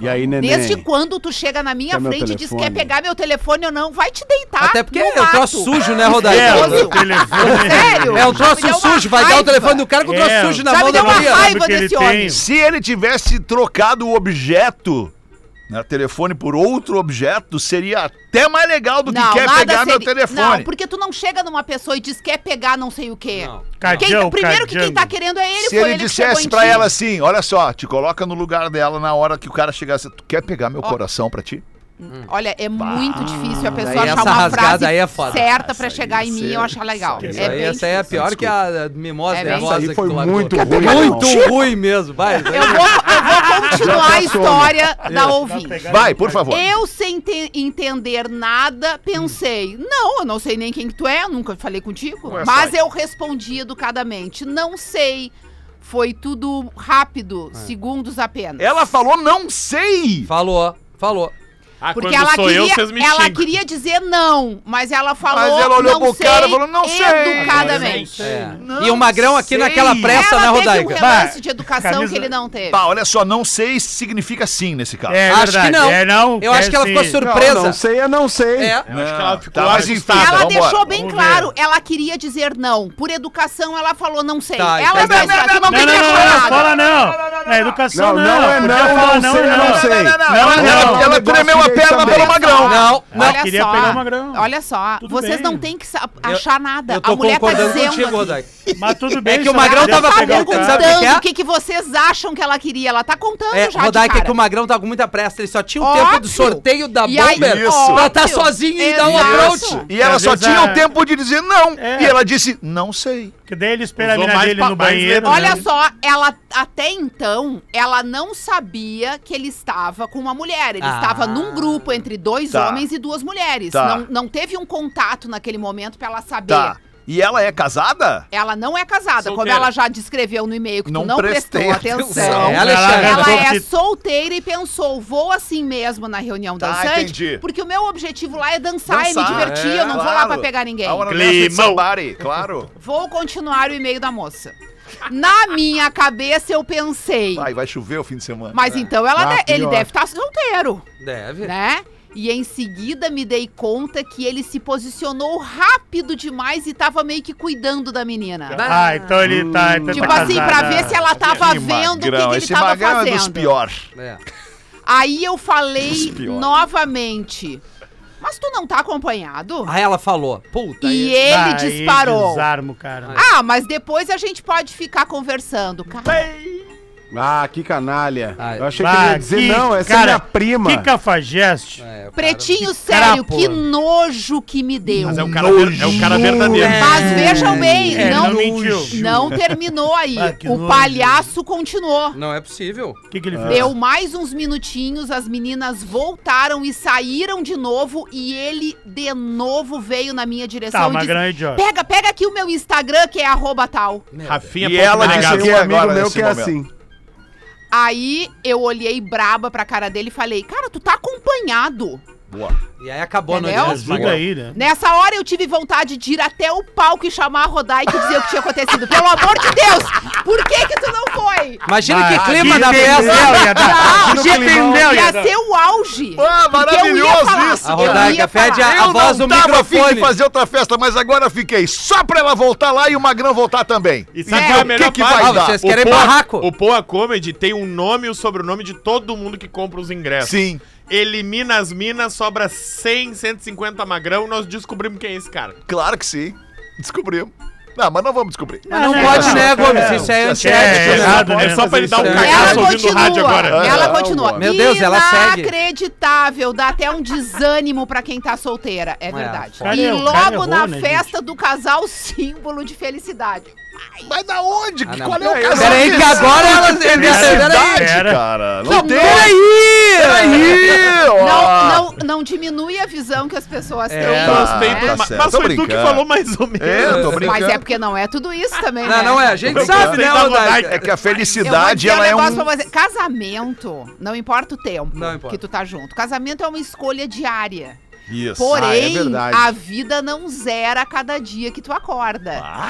H: E aí, neném?
F: Desde quando tu chega na minha
H: É Quer meu
F: frente e diz quer
H: telefone?
F: pegar meu telefone ou não, vai te deitar.
E: Até porque
F: no
E: é um troço
F: mato.
E: sujo, né, Rodaica?
G: É,
F: Sério?
G: o telefone.
E: É um
F: Sério? Já me
E: troço
F: deu uma
E: sujo, vai dar o
F: raiva.
E: telefone do cara com o troço
G: É.
E: sujo na
F: Já me
E: mão da
F: deu uma
E: guria.
F: raiva.
G: Sabe que ele
F: desse
G: tem?
F: homem.
D: Se ele tivesse trocado o objeto, né, telefone por outro objeto, seria até mais legal do que quer
F: nada
D: pegar meu
F: seria-
D: telefone.
F: Não, porque tu não chega numa pessoa e diz quer pegar não sei o quê.
E: Não.
F: Quem-
G: Cadião,
F: primeiro que quem
G: cadião.
F: tá querendo é ele,
D: Se
F: foi
D: ele,
F: ele que chegou
D: dissesse
F: em
D: pra
F: ti.
D: ela assim, olha só, te coloca no lugar dela na hora que o cara chegasse, tu quer pegar meu coração pra ti?
F: Olha, é muito difícil a
E: assim, Daí
F: pessoa achar
E: essa
F: uma
E: rasgada
F: frase
E: aí é foda.
F: certa pra chegar em mim e eu achar legal.
E: Isso
F: É
E: aí,
F: bem
E: essa aí é
F: difícil.
E: pior que a mimosa
F: É bem
E: nervosa
H: Isso aí
E: que
H: foi
E: tu largou.
H: muito ruim.
E: Muito
H: Carol.
E: ruim mesmo, vai. vai.
F: Eu vou, eu
E: <laughs>
F: vou continuar
E: né?
F: a história da ouvinte.
D: Vai, por favor.
F: Eu, sem te- entender nada, pensei: não, eu não sei nem quem que tu é, nunca falei contigo. mas eu respondi educadamente: não sei. Foi tudo rápido,
E: É.
F: segundos apenas.
D: Ela falou, não sei.
E: Falou, falou.
I: Ah,
F: Porque
I: quando
F: ela
I: sou
F: queria,
I: eu, vocês me
F: ela
I: xingam.
F: queria dizer não, mas ela falou
D: Mas ela olhou
F: não
D: pro
F: sei,
D: cara e falou, "Não sei".
F: educadamente.
E: É.
D: Não
E: E o magrão aqui
D: sei.
E: naquela pressa, né,
F: ela teve um
E: Rodaica?
F: relance
G: Bah,
F: de educação
G: camisa-
F: que ele não teve.
D: Tá, olha só, não sei significa sim nesse caso.
G: É
E: Acho que
G: verdade,
E: não.
G: é não,
E: Eu acho que ela
G: é
E: ficou
G: sim.
E: surpresa.
H: Não, não sei, eu não sei.
E: É.
I: Eu acho que ela ficou
D: Tá, mas enfim,
I: assustada.
F: Ela
D: vambora.
F: deixou bem
G: Vamos
F: claro, ela queria dizer não. Por educação, ela falou não sei.
E: Tá,
F: ela
E: entendi.
F: mas pra tu não
G: Não,
F: tem
G: não,
F: que
G: não,
F: falar
G: não,
F: nada.
G: fala não. Na educação
H: Não,
G: não.
H: não é
G: Podia
H: não, eu
G: falar
H: não sei, eu não sei.
G: Não,
D: Ela-
G: não.
D: ela
H: negócio
D: tremeu a
H: direito
D: perna
H: também.
D: pelo magrão.
E: Não, não.
F: Olha
G: queria
F: só,
G: pegar o magrão.
F: olha só,
G: Tudo
F: vocês
G: bem.
F: não têm que sa- achar nada.
E: Eu tô
F: a mulher tá
E: concordando
F: dizendo
E: contigo,
F: aqui.
E: Rodaica.
G: Mas tudo bem.
E: É que
G: se
E: o Magrão
G: ela
F: Ela
E: tava
F: tá
G: pegar o
E: perguntando.
G: cara.
E: Sabe o que é?
F: perguntando o que, que vocês acham que ela queria. Ela tá contando
E: É,
F: já de
E: Rodaica, é
F: cara.
E: que o Magrão tá com muita pressa. Ele só tinha o
F: Óbvio.
E: tempo do sorteio da
F: E aí-
E: Bomber
F: Isso.
E: pra estar
F: Óbvio.
E: sozinho e dar um
F: Exato.
E: approach.
D: E ela
G: Às
D: só
G: vezes
D: tinha
G: a-
D: o tempo de dizer não.
G: É.
D: E ela disse, não sei.
G: Que daí ele espera a
I: Usou
G: mina
I: mais
G: dele
I: pa-
G: no
I: mais
G: banheiro.
D: É
I: letra,
F: Olha
G: né?
F: só, ela até então, ela não sabia que ele estava com uma mulher. Ele
E: Ah.
F: estava num grupo entre dois
D: Tá.
F: homens e duas mulheres.
D: Tá.
F: Não, não teve um contato naquele momento pra ela saber.
D: Tá. E ela é casada?
F: Ela não é casada, como
I: Solteira.
F: ela já descreveu no e-mail que
D: Não
F: tu não
D: prestei
F: prestou atenção.
E: atenção. É, Alexandre.
F: Ela
G: Ela
F: é
G: que-
F: solteira e pensou, vou assim mesmo na reunião
D: Tá,
F: dançante,
D: entendi.
F: porque o meu objetivo lá é dançar, e me
D: Dançar,
F: divertir,
D: é,
F: eu não vou lá
D: claro.
F: pra pegar ninguém.
D: A hora
G: Climão.
D: dessa de somebody, claro.
F: Vou continuar o e-mail da moça. Na minha cabeça eu pensei,
D: Vai, vai chover o fim de semana.
G: É.
F: mas então ela
H: Ah,
F: de- ele
H: pior.
F: deve estar solteiro,
E: Deve.
F: né? E em seguida me dei conta que ele se posicionou rápido demais e tava meio que cuidando da menina.
G: Ah, então ele tá. então
F: Tipo
G: tá
F: assim,
G: casado.
F: pra ver se ela tava vendo o que, que ele
D: Esse
F: tava
G: um
D: magrão é dos
F: fazendo.
D: pior.
E: É.
F: Aí eu falei
D: piores.
F: novamente, mas tu não tá acompanhado?
E: Aí ela falou. Puta. aí-
F: e ele
G: Ah, Daí
F: disparou.
G: Desarma o cara.
F: Ah, mas depois a gente pode ficar conversando, cara.
H: Ah, que canalha.
E: Ah,
H: eu achei que ele ia dizer, não, essa é minha prima.
G: Que cafajeste.
F: Pretinho
G: Que
F: sério,
G: carapo.
F: que nojo que me deu.
G: um
I: Mas é o cara, ver- é o cara verdadeiro.
F: Mas vejam bem,
G: É,
F: não,
G: não mentiu.
F: não terminou aí.
G: Ah, que
F: o
G: nojo.
F: palhaço continuou.
E: Não é possível.
G: O que, que ele fez?
F: Deu mais uns minutinhos, as meninas voltaram e saíram de novo e ele de novo veio na minha direção
G: Tá,
F: e
G: mas
F: disse,
G: grande, ó.
F: pega, pega aqui o meu Instagram que é arroba tal.
I: Rafinha
D: E ela
I: ponto
D: disse
I: negado.
H: Tem um
D: agora
H: amigo meu
D: nesse
H: que é
D: momento.
H: assim.
F: Aí eu olhei braba pra cara dele e falei, cara, tu tá acompanhado.
E: E aí acabou a noite.
F: Entendeu?
E: né?
G: Ajuda aí, né?
F: Nessa hora eu tive vontade de ir até o palco e chamar a Rodaica e dizer o que tinha acontecido. Pelo amor de Deus! Por que que tu não foi?
E: Imagina
G: Ah,
E: que clima
G: que
E: da festa.
G: entendeu, ia
E: Tá.
G: dar.
F: Não,
G: Que entendeu,
F: ia
G: ia dar.
F: ser o auge.
D: Ah,
F: Porque eu ia
D: maravilhoso
F: falar,
D: isso,
E: A
F: eu
E: Rodaica
F: ia
E: fede
F: falar.
E: a, a
D: Eu
E: voz
D: não
E: do
D: tava afim de
E: microfone.
D: fazer outra festa, mas agora fiquei. Só pra ela voltar lá e o Magrão voltar também.
I: E sabe
F: É,
I: qual é a
F: o
I: melhor
D: que que
I: parte?
D: vai
E: Ah,
D: dar?
E: vocês querem
I: Poa-
E: barraco.
I: O Poa Comedy tem o nome e o sobrenome de todo mundo que compra os ingressos.
D: Sim.
I: Elimina as minas, sobra 100, 150 magrão, nós descobrimos quem é esse cara.
D: Claro que sim. Descobrimos. Não, mas não vamos descobrir.
E: Mas não
G: Ah, não,
E: pode,
G: não,
E: né,
G: não,
E: Gomes?
G: não.
E: Isso é
D: Isso é
E: antiético.
D: sério.
G: errado,
I: É
G: né,
I: só pra
G: fazer
I: ele dar um
G: isso aí.
I: cagaço
D: tá
F: Ela
I: ouvindo
F: continua,
I: rádio agora.
F: ela
D: Ah,
F: continua.
E: Meu Deus, ela segue.
F: Inacreditável, dá até um desânimo pra quem tá solteira, é verdade.
G: cara
F: e
G: errou,
F: logo
G: cara errou,
F: na
G: né,
F: festa do casal, símbolo de felicidade.
D: Mas da onde?
E: Ah, não.
D: Qual é o caso?
E: Peraí, que agora ela.
D: Verdade,
E: Peraí!
G: Pera.
D: cara. Não,
F: Não,
D: tem.
E: Peraí!
D: Peraí, ó.
F: Não, não, não diminui a visão que as pessoas
E: É,
F: têm.
D: tá.
I: Gostei do
D: tá
I: ma-
D: certo,
I: Mas
D: tô
I: foi tu que
D: brincando.
I: falou mais ou menos.
D: É, eu tô brincando.
F: Mas é porque não é tudo isso também, né?
E: Não, não é. A gente
I: Eu
E: sabe,
I: gostei
E: né,
I: da
E: Rodaica?
I: Rodaica.
D: É que a
F: Eu vou
D: felicidade,
F: dizer um
D: ela é um...
F: negócio pra você. Casamento, não importa o tempo
E: Não importa.
F: que tu tá junto. Casamento é uma escolha diária.
D: Isso.
F: Porém,
H: Ah, é verdade.
F: a vida não zera a cada dia que tu acorda.
E: Ah!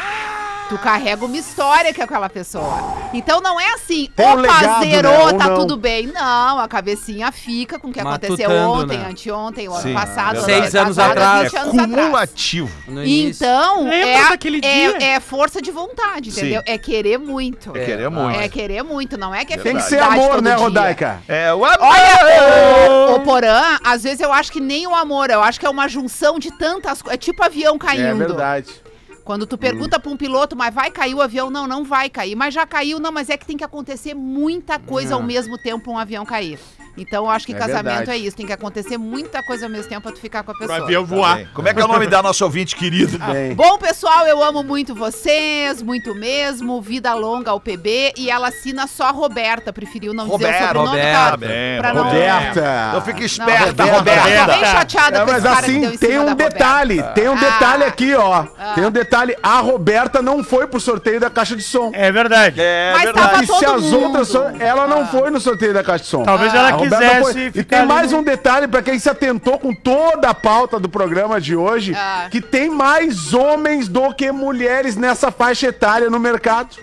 F: Tu carrega uma história com aquela pessoa. Então não é assim,
H: Tem um
F: opa,
H: legado, né?
F: zerou,
H: Ou
F: tá
H: não.
F: tudo bem. Não, a cabecinha fica com o que aconteceu
E: Matutando,
F: ontem,
E: né? é
F: anteontem, o ano
D: Sim,
F: passado, ano
E: Seis anos
F: retrasado,
E: atrás.
F: vinte anos atrás.
D: Cumulativo.
E: No
I: É
E: início.
F: Então,
G: Lembra
F: é,
G: daquele
F: é-
G: dia?
F: é força de vontade,
D: Sim.
F: entendeu? É querer muito.
D: É querer muito.
F: É querer muito, não é que é
H: Tem que ser
F: felicidade
H: amor,
F: todo
H: né,
F: dia.
H: Rodaica?
F: Tá
D: É, o amor.
F: Olha, o, Porã, às vezes eu acho que nem o amor, eu acho que é uma junção de tantas coisas. É tipo avião caindo.
H: É verdade.
F: Quando tu pergunta pra um piloto, mas vai cair o avião? Não, não vai cair. Mas já caiu, não, mas é que tem que acontecer muita coisa ao mesmo tempo pra um avião cair. Então eu acho que
H: É
F: casamento
H: verdade.
F: é isso, tem que acontecer muita coisa ao mesmo tempo pra tu ficar com a
I: Pro
F: pessoa.
I: avião voar.
D: Como é que é o nome da nossa ouvinte querida?
H: Bem.
F: Ah, Bom, pessoal, eu amo muito vocês, muito mesmo. Vida longa ao PB. E ela assina só Roberta, preferiu não dizer o
D: Roberta,
F: sobrenome.
E: Roberta.
F: pra-
D: É,
F: pra não-
H: Roberta.
D: Então fica
F: Não,
D: esperta,
F: Roberta.
D: Roberta.
F: Eu tô bem chateada
H: É,
F: com
H: tá. mas
F: esse cara que deu
H: assim,
F: em
H: tem
F: cima da
H: um
F: Roberta.
H: detalhe, tem um
F: Ah.
H: detalhe aqui, ó. Tem um detalhe, a Roberta não foi pro sorteio da caixa de som.
G: É verdade.
F: Mas tava
H: e se
F: todo
H: as
F: mundo. Ah.
H: outras, so- ela não foi no sorteio da caixa de som.
G: Talvez
H: A
G: ela
H: Roberta
G: quisesse
H: foi. E
G: ficar
H: tem
G: ali
H: mais
G: no-
H: um detalhe pra quem se atentou com toda a pauta do programa de hoje,
F: Ah.
H: que tem mais homens do que mulheres nessa faixa etária no mercado.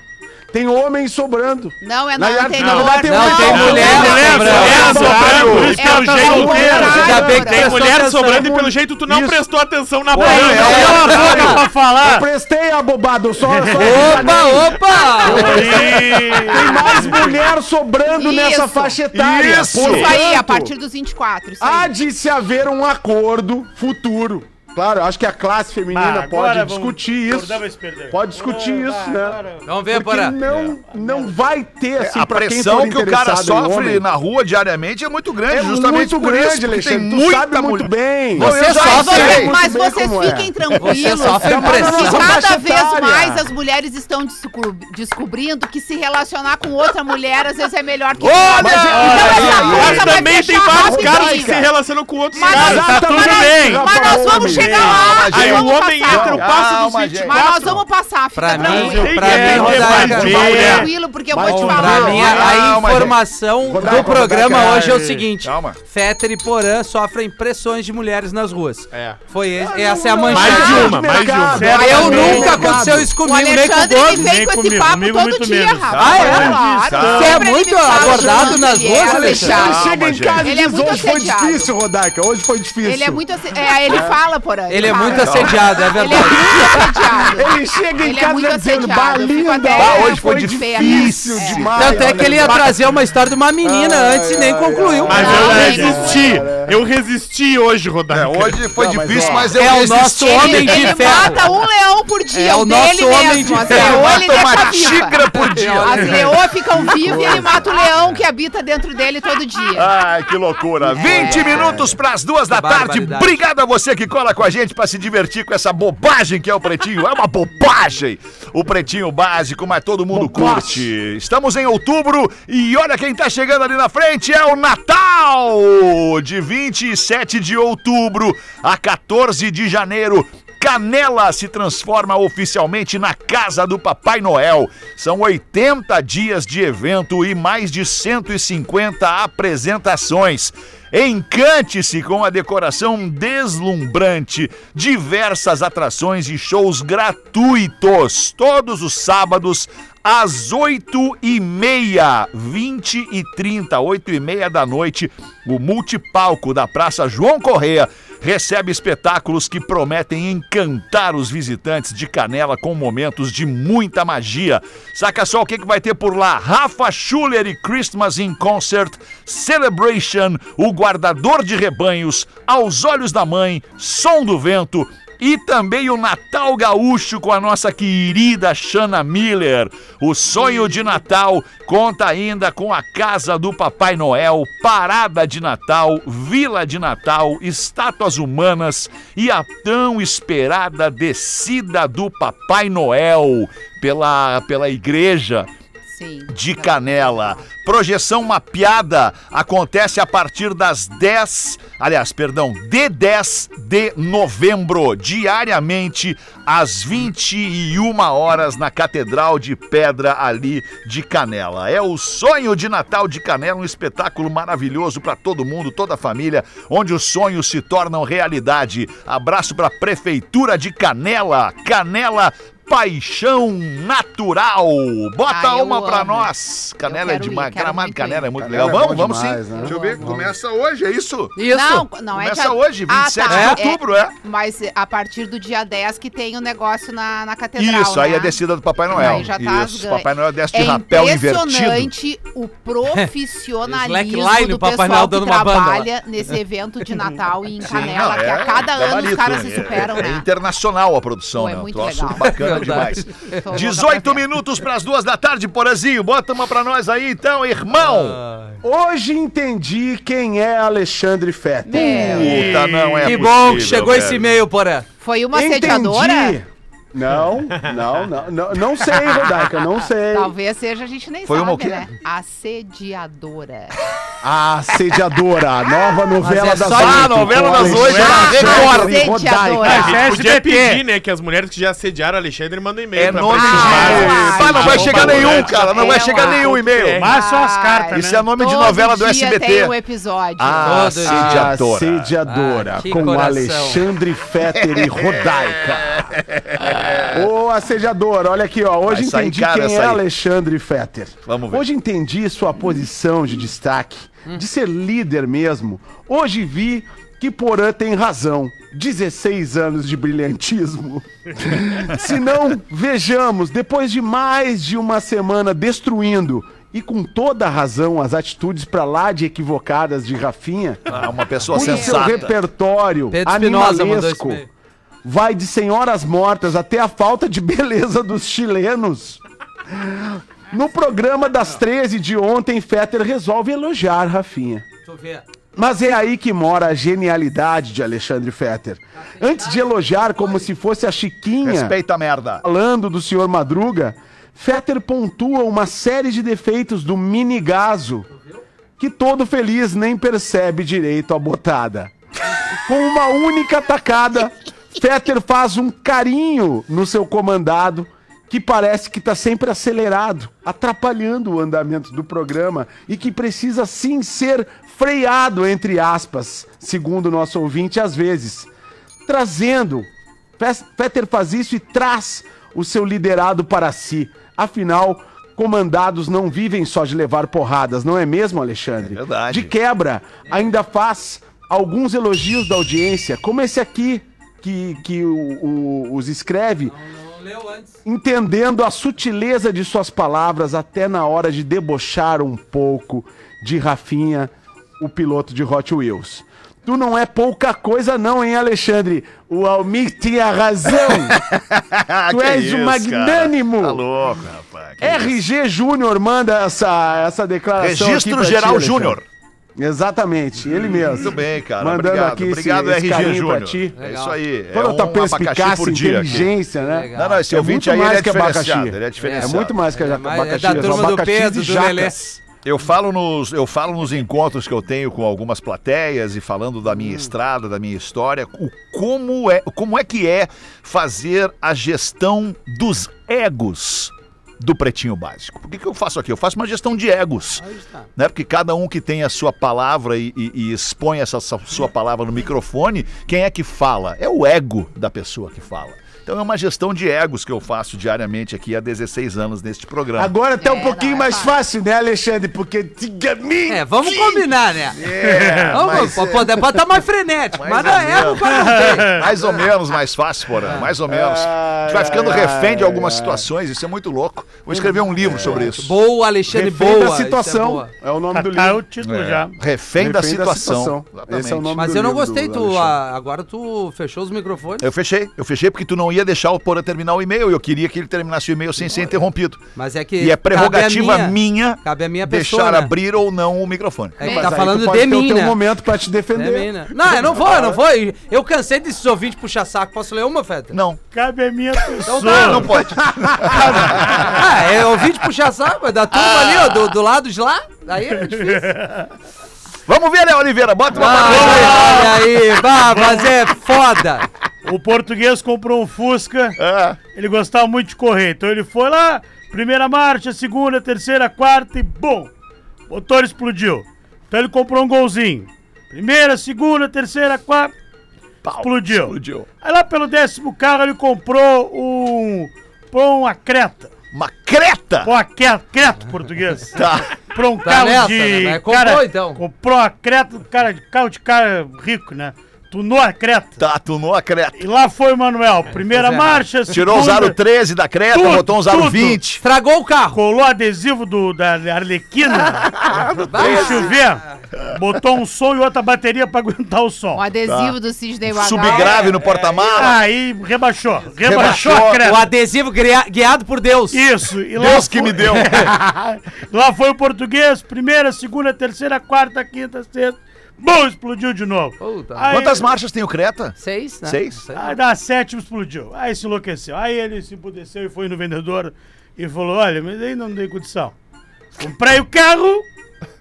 H: Tem homens sobrando.
F: Não, é
H: Na
F: não,
H: verdade,
F: tem
H: não,
F: mulher.
H: tem
E: Não, tem
H: Não,
E: mulher, né,
H: não, não,
E: Sobrano?
H: não,
I: sobrando, por isso que né? é o
F: Ela tá
I: jeito
F: falando
I: inteiro.
F: caralho,
E: Ainda bem que
I: Tem
H: tá
E: Prestou
I: mulher
E: atenção.
I: sobrando e pelo jeito tu não
H: Isso.
I: prestou atenção na
H: Pô, é,
I: banda.
H: é,
G: Cala a boca pra
H: Eu
G: falar.
H: prestei abobado, eu só, só
E: Opa, opa!
H: tem mais mulher sobrando
F: Isso.
H: nessa faixa etária. Ah,
D: Isso.
F: Isso aí, a
H: Portanto,
F: partir dos 24. Isso
H: Há
F: aí.
H: de se haver um acordo futuro. Claro, acho que a classe feminina
G: Ah,
H: pode
G: agora
H: discutir
G: vamos-
H: isso.
G: Cordão vai se perder.
H: Pode
F: Ah,
H: discutir isso, né?
E: Vamos ver,
H: Porque
E: Porã.
H: não, não vai ter, assim,
D: É, a
H: pra quem
D: pressão
H: for
D: que o cara
H: interessado em
D: sofre
H: homem,
D: na rua diariamente é muito grande,
H: é
D: justamente
H: muito
D: por isso,
H: grande,
D: porque
H: Alexandre.
D: tem
H: Tu
D: muita
H: sabe muito
D: mulher.
H: bem.
D: Você
E: Você
D: sofre,
E: sofre.
F: Vocês-
D: sei
H: muito
F: mas
H: bem
F: vocês
H: como é.
F: fiquem tranquilos.
E: sofre
F: que
E: pressão.
F: cada
H: Faixa
F: vez
H: etária.
F: mais as mulheres estão descu- descobrindo que se relacionar com outra mulher às vezes é melhor que. Olha! Então
H: mas- olha,
F: essa
I: Mas
F: porta vai
I: também tem
F: fechar
I: vários caras que
F: rapidinho.
I: se relacionam com outros
F: Mas
I: caras.
F: nós-
I: Tá tudo
F: mas-
I: bem.
F: Mas nós vamos
H: Homem.
F: chegar lá.
D: Calma,
F: nós
I: Aí o
F: vamos
I: homem
F: passar.
I: hétero passa dos
D: Calma, gente.
I: 24.
F: Mas nós vamos passar, fica
E: Pra mim,
F: tranquilo.
E: pra mim,
F: Fica
E: Rodaica.
F: tranquilo, porque eu vou te
E: Pra
F: falar.
E: mim,
I: é
E: a
D: Calma,
E: informação do
H: Rodaica,
E: programa
H: Rodaica,
E: hoje é o
H: aí.
E: seguinte:
D: Calma.
E: Fetter e Porã sofrem pressões de mulheres nas ruas.
I: É.
E: Foi esse- essa é a
I: Mais de
E: manchete.
I: uma,
H: Tá
I: mais de uma.
H: Mercado.
E: Eu
H: Mercado.
E: nunca aconteceu isso
F: O
E: comigo, nem com o
F: Alexandre me
E: Gomes.
F: vem
G: nem
F: com esse
G: comigo,
F: papo
G: comigo
F: todo
G: muito
F: dia,
G: menos.
F: Rafa.
E: Ah, é?
F: Claro.
E: Você é
F: Sempre
E: muito
F: ele fala
E: abordado
F: junto,
E: nas
F: ele
E: ruas,
F: é
E: Alexandre?
F: fechado.
D: Calma,
H: Chega em
D: gente.
H: casa e
F: Ele é
H: diz,
F: muito
H: hoje foi
F: assediado.
H: difícil, Rodaica, hoje foi difícil.
F: Ele é muito assi- é, ele fala, porém.
E: Ele é muito
F: assediado.
E: assediado, é
F: Ele é
E: verdade.
F: muito assediado.
H: Ele chega em
F: Ele é
H: casa
F: muito
H: já dizendo,
F: assediado,
H: bah,
F: eu fico
H: linda,
F: até-
H: bah,
D: hoje foi
F: Foi feia, né?
D: difícil
F: É.
D: demais.
E: Tanto é que ele ia trazer uma história de uma menina antes e nem concluiu.
I: Mas
F: Não,
I: eu
F: né,
I: resisti. Eu resisti hoje,
D: É,
I: Rodaica.
D: hoje foi
H: Não, mas,
D: difícil,
H: ó,
D: mas, eu
E: é o
D: resisti.
E: nosso
F: Ele,
E: Homem de
F: ele
E: ferro.
F: mata um leão por dia,
E: É o
F: dele
E: nosso homem
F: mesmo.
E: de
F: As
E: ferro.
F: leoas ele
D: Mata uma
F: deixa viva.
D: tigra por dia.
F: As leoas ficam vivas e ele mata o leão que habita dentro dele todo dia.
D: Ai, que
H: É,
D: loucura. 20 minutos pras duas da tarde.
E: barbaridade.
D: Obrigado a você que cola com a gente pra se divertir com essa bobagem que é o Pretinho. É uma bobagem. O Pretinho Básico, mas todo mundo curte. Estamos em outubro e olha quem tá chegando ali na frente. É o Natal. De 27 de outubro a 14 de janeiro. Canela se transforma oficialmente na Casa do Papai Noel. São 80 dias de evento e mais de 150 apresentações. Encante-se com a decoração deslumbrante, diversas atrações e shows gratuitos, todos os sábados às 8 e meia, 20 e 30, 8 e meia da noite, o multipalco da Praça João Correia recebe espetáculos que prometem encantar os visitantes de Canela com momentos de muita magia. Saca só o que, que vai ter por lá. Rafa Schuller e Christmas in Concert, Celebration, O Guardador de Rebanhos, Aos Olhos da Mãe, Som do Vento, e também o Natal Gaúcho com a nossa querida Shana Miller. O sonho de Natal conta ainda com a Casa do Papai Noel, Parada de Natal, Vila de Natal, Estátuas Humanas e a tão esperada Descida do Papai Noel pela, pela igreja
F: Sim.
D: de Canela. Projeção mapeada acontece a partir das 10, aliás, perdão, de 10 de novembro, diariamente às 21 horas na Catedral de Pedra ali de Canela. É o sonho de Natal de Canela, um espetáculo maravilhoso para todo mundo, toda a família, onde os sonhos se tornam realidade. Abraço para a prefeitura de Canela. Canela Paixão Natural. Bota
F: Ah, eu
D: uma pra
F: amo.
D: nós. Canela é
F: quero ir,
D: demais.
F: quero
D: Gramado
F: muito
D: Canela
F: ir.
D: é muito
H: Canela
D: legal.
H: é
D: Vamos,
H: bom
D: vamos
H: demais,
D: sim.
H: né?
D: Deixa eu ver.
F: Vamos.
D: Começa hoje, é isso?
E: Isso.
F: Não, não é
D: Começa
F: dia-
D: hoje,
F: Ah,
D: 27
F: tá,
D: de outubro, é.
F: Mas a partir do dia 10 que tem o negócio na, na catedral.
D: Isso, aí
F: né?
D: é descida do Papai Noel.
F: Aí já tá as
D: Isso,
F: ganhas.
D: Papai Noel desce de
F: É
D: rapel invertido.
F: impressionante o profissionalismo
E: Slackline,
F: do
E: o Papai Noel
F: pessoal
E: dando
F: que
E: uma banda lá.
F: trabalha nesse evento de
D: <laughs>
F: Natal em Canela,
D: não,
F: que a cada ano
D: gabarito,
F: os caras se
D: é-
F: superam,
D: é,
F: né?
D: internacional a produção,
F: Pô, é
D: né? Um
F: muito
D: troço
F: legal.
D: bacana demais.
E: Verdade.
F: Tô louca pra
D: 18
F: ver.
D: minutos pras duas da tarde, Porazinho. Bota uma pra nós aí, então, irmão.
H: Hoje entendi quem é Alexandre Fetter.
D: Puta, não é
E: que bom
D: possível,
E: que chegou esse
D: velho.
E: e-mail, Porã.
F: Foi uma assediadora?
H: Não, não, não, não, não sei, Rodaica, não sei.
F: Talvez seja, a gente nem
D: Foi
F: sabe,
D: uma o quê?
F: né? Assediadora.
H: A Assediadora, a nova novela
E: é
H: das
E: só a
H: oito,
D: novela
H: com
D: das oito,
F: é?
H: Alexandre
D: ela recorda.
H: Fetter e
I: A
H: Rodaica.
F: Ah,
I: gente podia
C: SBT.
I: pedir, né, que as mulheres que já assediaram Alexandre mandem e-mail
D: É
I: pra Tá
D: nome de
I: prefeitura.
F: Ah,
D: Ah,
F: eu acho.
D: não vai
I: Arroba
D: chegar nenhum,
I: Bolete.
D: cara. Não vai
F: Eu
D: chegar
F: acho.
D: nenhum e-mail.
G: Mas só as
F: É Ai,
G: cartas,
D: Isso é
G: né?
D: nome de
F: Todo
D: novela do
F: dia Tem
D: SBT.
F: um episódio.
D: Ah,
E: Todo dia.
D: assediadora.
H: Assediadora,
E: Ah, que
H: com
E: coração.
H: Alexandre Fetter
D: <laughs>
H: e Rodaica. Ô, assediadora, olha aqui, ó. Hoje
D: Vai sair
H: entendi
D: cara
H: quem
D: essa
H: é
D: aí.
H: Alexandre Fetter.
D: Vamos ver.
H: Hoje entendi sua posição de destaque, de ser líder mesmo. Hoje vi que Porã tem razão. 16 anos de brilhantismo. <laughs> Se não, vejamos, depois de mais de uma semana destruindo e com toda a razão as atitudes pra lá de equivocadas de Rafinha,
D: Ah, uma pessoa
H: Por seu
D: sensata.
H: repertório
E: Pedro Espinosa mandou esse
H: animalesco
E: e-mail.
H: vai de senhoras mortas até a falta de beleza dos chilenos. No programa das 13 de ontem, Fetter resolve elogiar Rafinha.
E: Deixa eu ver.
H: Mas é aí que mora a genialidade de Alexandre Fetter. Antes de elogiar como se fosse a Chiquinha,
D: Respeita a merda.
H: falando do senhor Madruga, Fetter pontua uma série de defeitos do mini gaso que todo feliz nem percebe direito a botada. Com uma única tacada, Fetter faz um carinho no seu comandado que parece que está sempre acelerado, atrapalhando o andamento do programa e que precisa sim ser freado, entre aspas, segundo o nosso ouvinte, às vezes. Trazendo, Fes- Fetter faz isso e traz o seu liderado para si. Afinal, comandados não vivem só de levar porradas, não é mesmo, Alexandre?
D: É verdade.
H: De quebra, ainda faz alguns elogios da audiência, como esse aqui, que, que o- o- os escreve, entendendo a sutileza de suas palavras até na hora de debochar um pouco de Rafinha, o piloto de Hot Wheels.
I: Tu não é pouca coisa não, hein, Alexandre? O Almir tinha razão.
D: <laughs>
I: tu és um magnânimo.
D: Tá louco, rapaz. que isso.
I: RG Júnior manda essa, essa declaração aqui
D: Registro
I: pra ti,
D: Geral
I: Alexandre.
D: Júnior.
I: Exatamente, ele mesmo.
D: Muito Hum, bem, cara.
I: Mandando
D: obrigado,
I: aqui esse-
D: obrigado
I: esse
D: RG
I: carinho pra
D: Júnior.
I: ti. tá
D: É isso aí.
I: Toda a tua perspicácia,
D: aqui.
I: inteligência, né?
E: Legal.
D: Não, não, esse
I: É
D: ouvinte
I: muito
D: aí ele
I: mais
D: é
I: que abacaxi.
D: diferenciado. Ele é
I: É
D: diferenciado.
I: muito mais que
E: É, mas é
I: abacaxi.
E: da
I: são
E: turma do
I: abacaxis
E: Pedro,
I: e
E: do
I: jacas.
E: Lelé.
D: Eu falo, nos, eu falo nos encontros que eu tenho com algumas plateias e falando da minha estrada, da minha história, o como é, como é que é fazer a gestão dos egos do pretinho básico. Por que, que eu faço aqui? Eu faço uma gestão de egos. Né? Porque cada um que tem a sua palavra e, e- e expõe essa sa- sua palavra no microfone, quem é que fala? É o ego da pessoa que fala. Então é uma gestão de egos que eu faço diariamente aqui há 16 anos neste programa.
I: Agora tá um
F: É,
I: pouquinho
F: não, é
I: mais
F: fácil.
I: fácil, né, Alexandre? Porque antigamente...
E: É, vamos combinar, né? É, vamos, pode estar mais frenético, mas na época <laughs> não tem.
D: Mais ou menos mais fácil, Porã. Mais ou menos. A gente vai ficando refém de algumas situações, isso é muito louco. Vou escrever um livro sobre isso.
E: Boa, Alexandre,
I: Refém
E: boa.
I: da
E: isso é
I: situação.
E: boa.
I: É, o nome do
H: Tá, é
I: livro.
H: o título já.
D: Refém da situação.
I: Esse é o
D: Exatamente.
I: nome
E: Mas
I: do
E: eu não
I: livro
E: gostei,
I: do
E: tu,
I: Alexandre.
E: ah, agora tu fechou os microfones.
D: Eu fechei, eu fechei porque tu não ia deixar o Porã terminar o e-mail. Eu queria que ele terminasse o e-mail sem ser interrompido.
E: Mas é que.
D: E é
E: cabe
D: prerrogativa
E: a
D: minha,
E: Cabe a minha
D: deixar
E: pessoa. né?
D: abrir ou não o microfone.
E: É que
F: Mas
E: tá
I: Aí tu
E: falando
I: pode
E: de
I: ter o
E: mim,
I: teu
E: né?
I: momento pra te
E: De
I: defender.
E: mim, né? Não, eu não vou, eu não vou. Eu cansei desses ouvintes puxar saco. Posso ler uma, Feta? Então tá,
D: Não,
H: Cabe a minha pessoa.
D: não
H: <laughs>
D: pode.
E: Ah, é ouvinte puxar saco, é da turma ali, ó, do, do lado de lá. Aí é difícil.
D: Vamos ver, né, Oliveira? Bota uma
E: Ah,
D: parada aí.
E: olha aí, bah, mas é foda.
H: O português comprou um Fusca.
D: Ah,
H: Ele gostava muito de correr. Então ele foi lá, primeira marcha, segunda, terceira, quarta e bom! O motor explodiu. Então ele comprou um golzinho. Primeira, segunda, terceira, quarta. explodiu.
D: explodiu.
H: Aí lá pelo décimo carro ele comprou um. Comprou uma creta.
D: Uma creta!
H: Comprou uma creta, creta português.
D: Tá.
H: Comprou um
E: <laughs> Tá
H: carro
E: nessa,
H: de.
E: né? Mas comprou,
H: cara-
E: então.
H: Comprou uma creta, cara, de carro de cara rico, né? Tunou a creta.
D: Tá, tunou a creta.
H: E lá foi o Manuel.
E: É,
H: Primeira
E: fez errado.
H: marcha,
D: Tirou o
H: segunda-
D: 013 da creta,
H: Tudo,
D: botou um 020.
H: tudo.
D: 20.
E: Estragou o carro.
H: colou adesivo do, da Arlequina
E: Bah,
H: pra chover, botou um som e outra bateria pra aguentar o som.
F: Um adesivo do Cisne Magal.
D: subgrave no
H: é,
D: porta-mala.
H: Aí rebaixou,
D: Rebaixou
H: rebaixou, a
E: o
H: creta.
E: adesivo guia- guiado por Deus.
H: Isso, e lá
D: Deus que
H: foi-
D: me deu.
H: <laughs> lá foi o português, primeira, segunda, terceira, quarta, quinta, sexta. Bom, explodiu de novo.
E: Puta.
H: Aí-
D: Quantas marchas tem o Creta?
E: Seis, né?
D: Seis?
H: Aí da sétima explodiu. Aí se enlouqueceu. Aí ele se empudeceu e foi no vendedor e falou: Olha, mas aí não tem condição. Comprei o carro,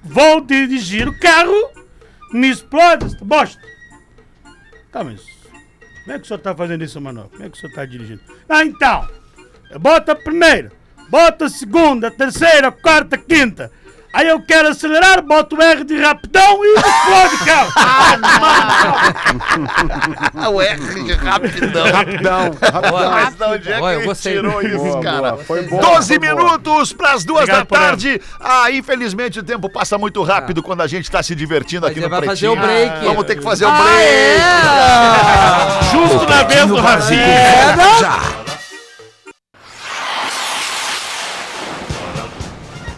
H: vou dirigir o carro, me explode, esta bosta. Tá, mas como é que o senhor tá fazendo isso, Manoel? Como é que o senhor tá dirigindo? Ah, então, bota a primeira, bota a segunda, a terceira, a quarta, a quinta. Aí eu quero acelerar, boto o R de rapidão e explode o carro.
D: Ah, o R rapidão.
I: Rapidão, rapidão.
E: Boa.
D: Mas de onde é que
E: Boa, eu
D: ele
E: gostei.
D: tirou isso,
I: Boa,
D: cara?
I: boa, Foi bom.
D: 12
E: tá
D: minutos para as duas
H: Obrigado,
D: da
H: Porã.
D: tarde. Ah, infelizmente o tempo passa muito rápido quando a gente está se divertindo
E: Ah. Mas
D: aqui
E: ele
D: no
E: vai fazer
D: Pretinho.
E: o break.
D: Vamos ter que fazer o
E: Ah,
D: break.
E: é!
H: Justo na vez do Rafinha.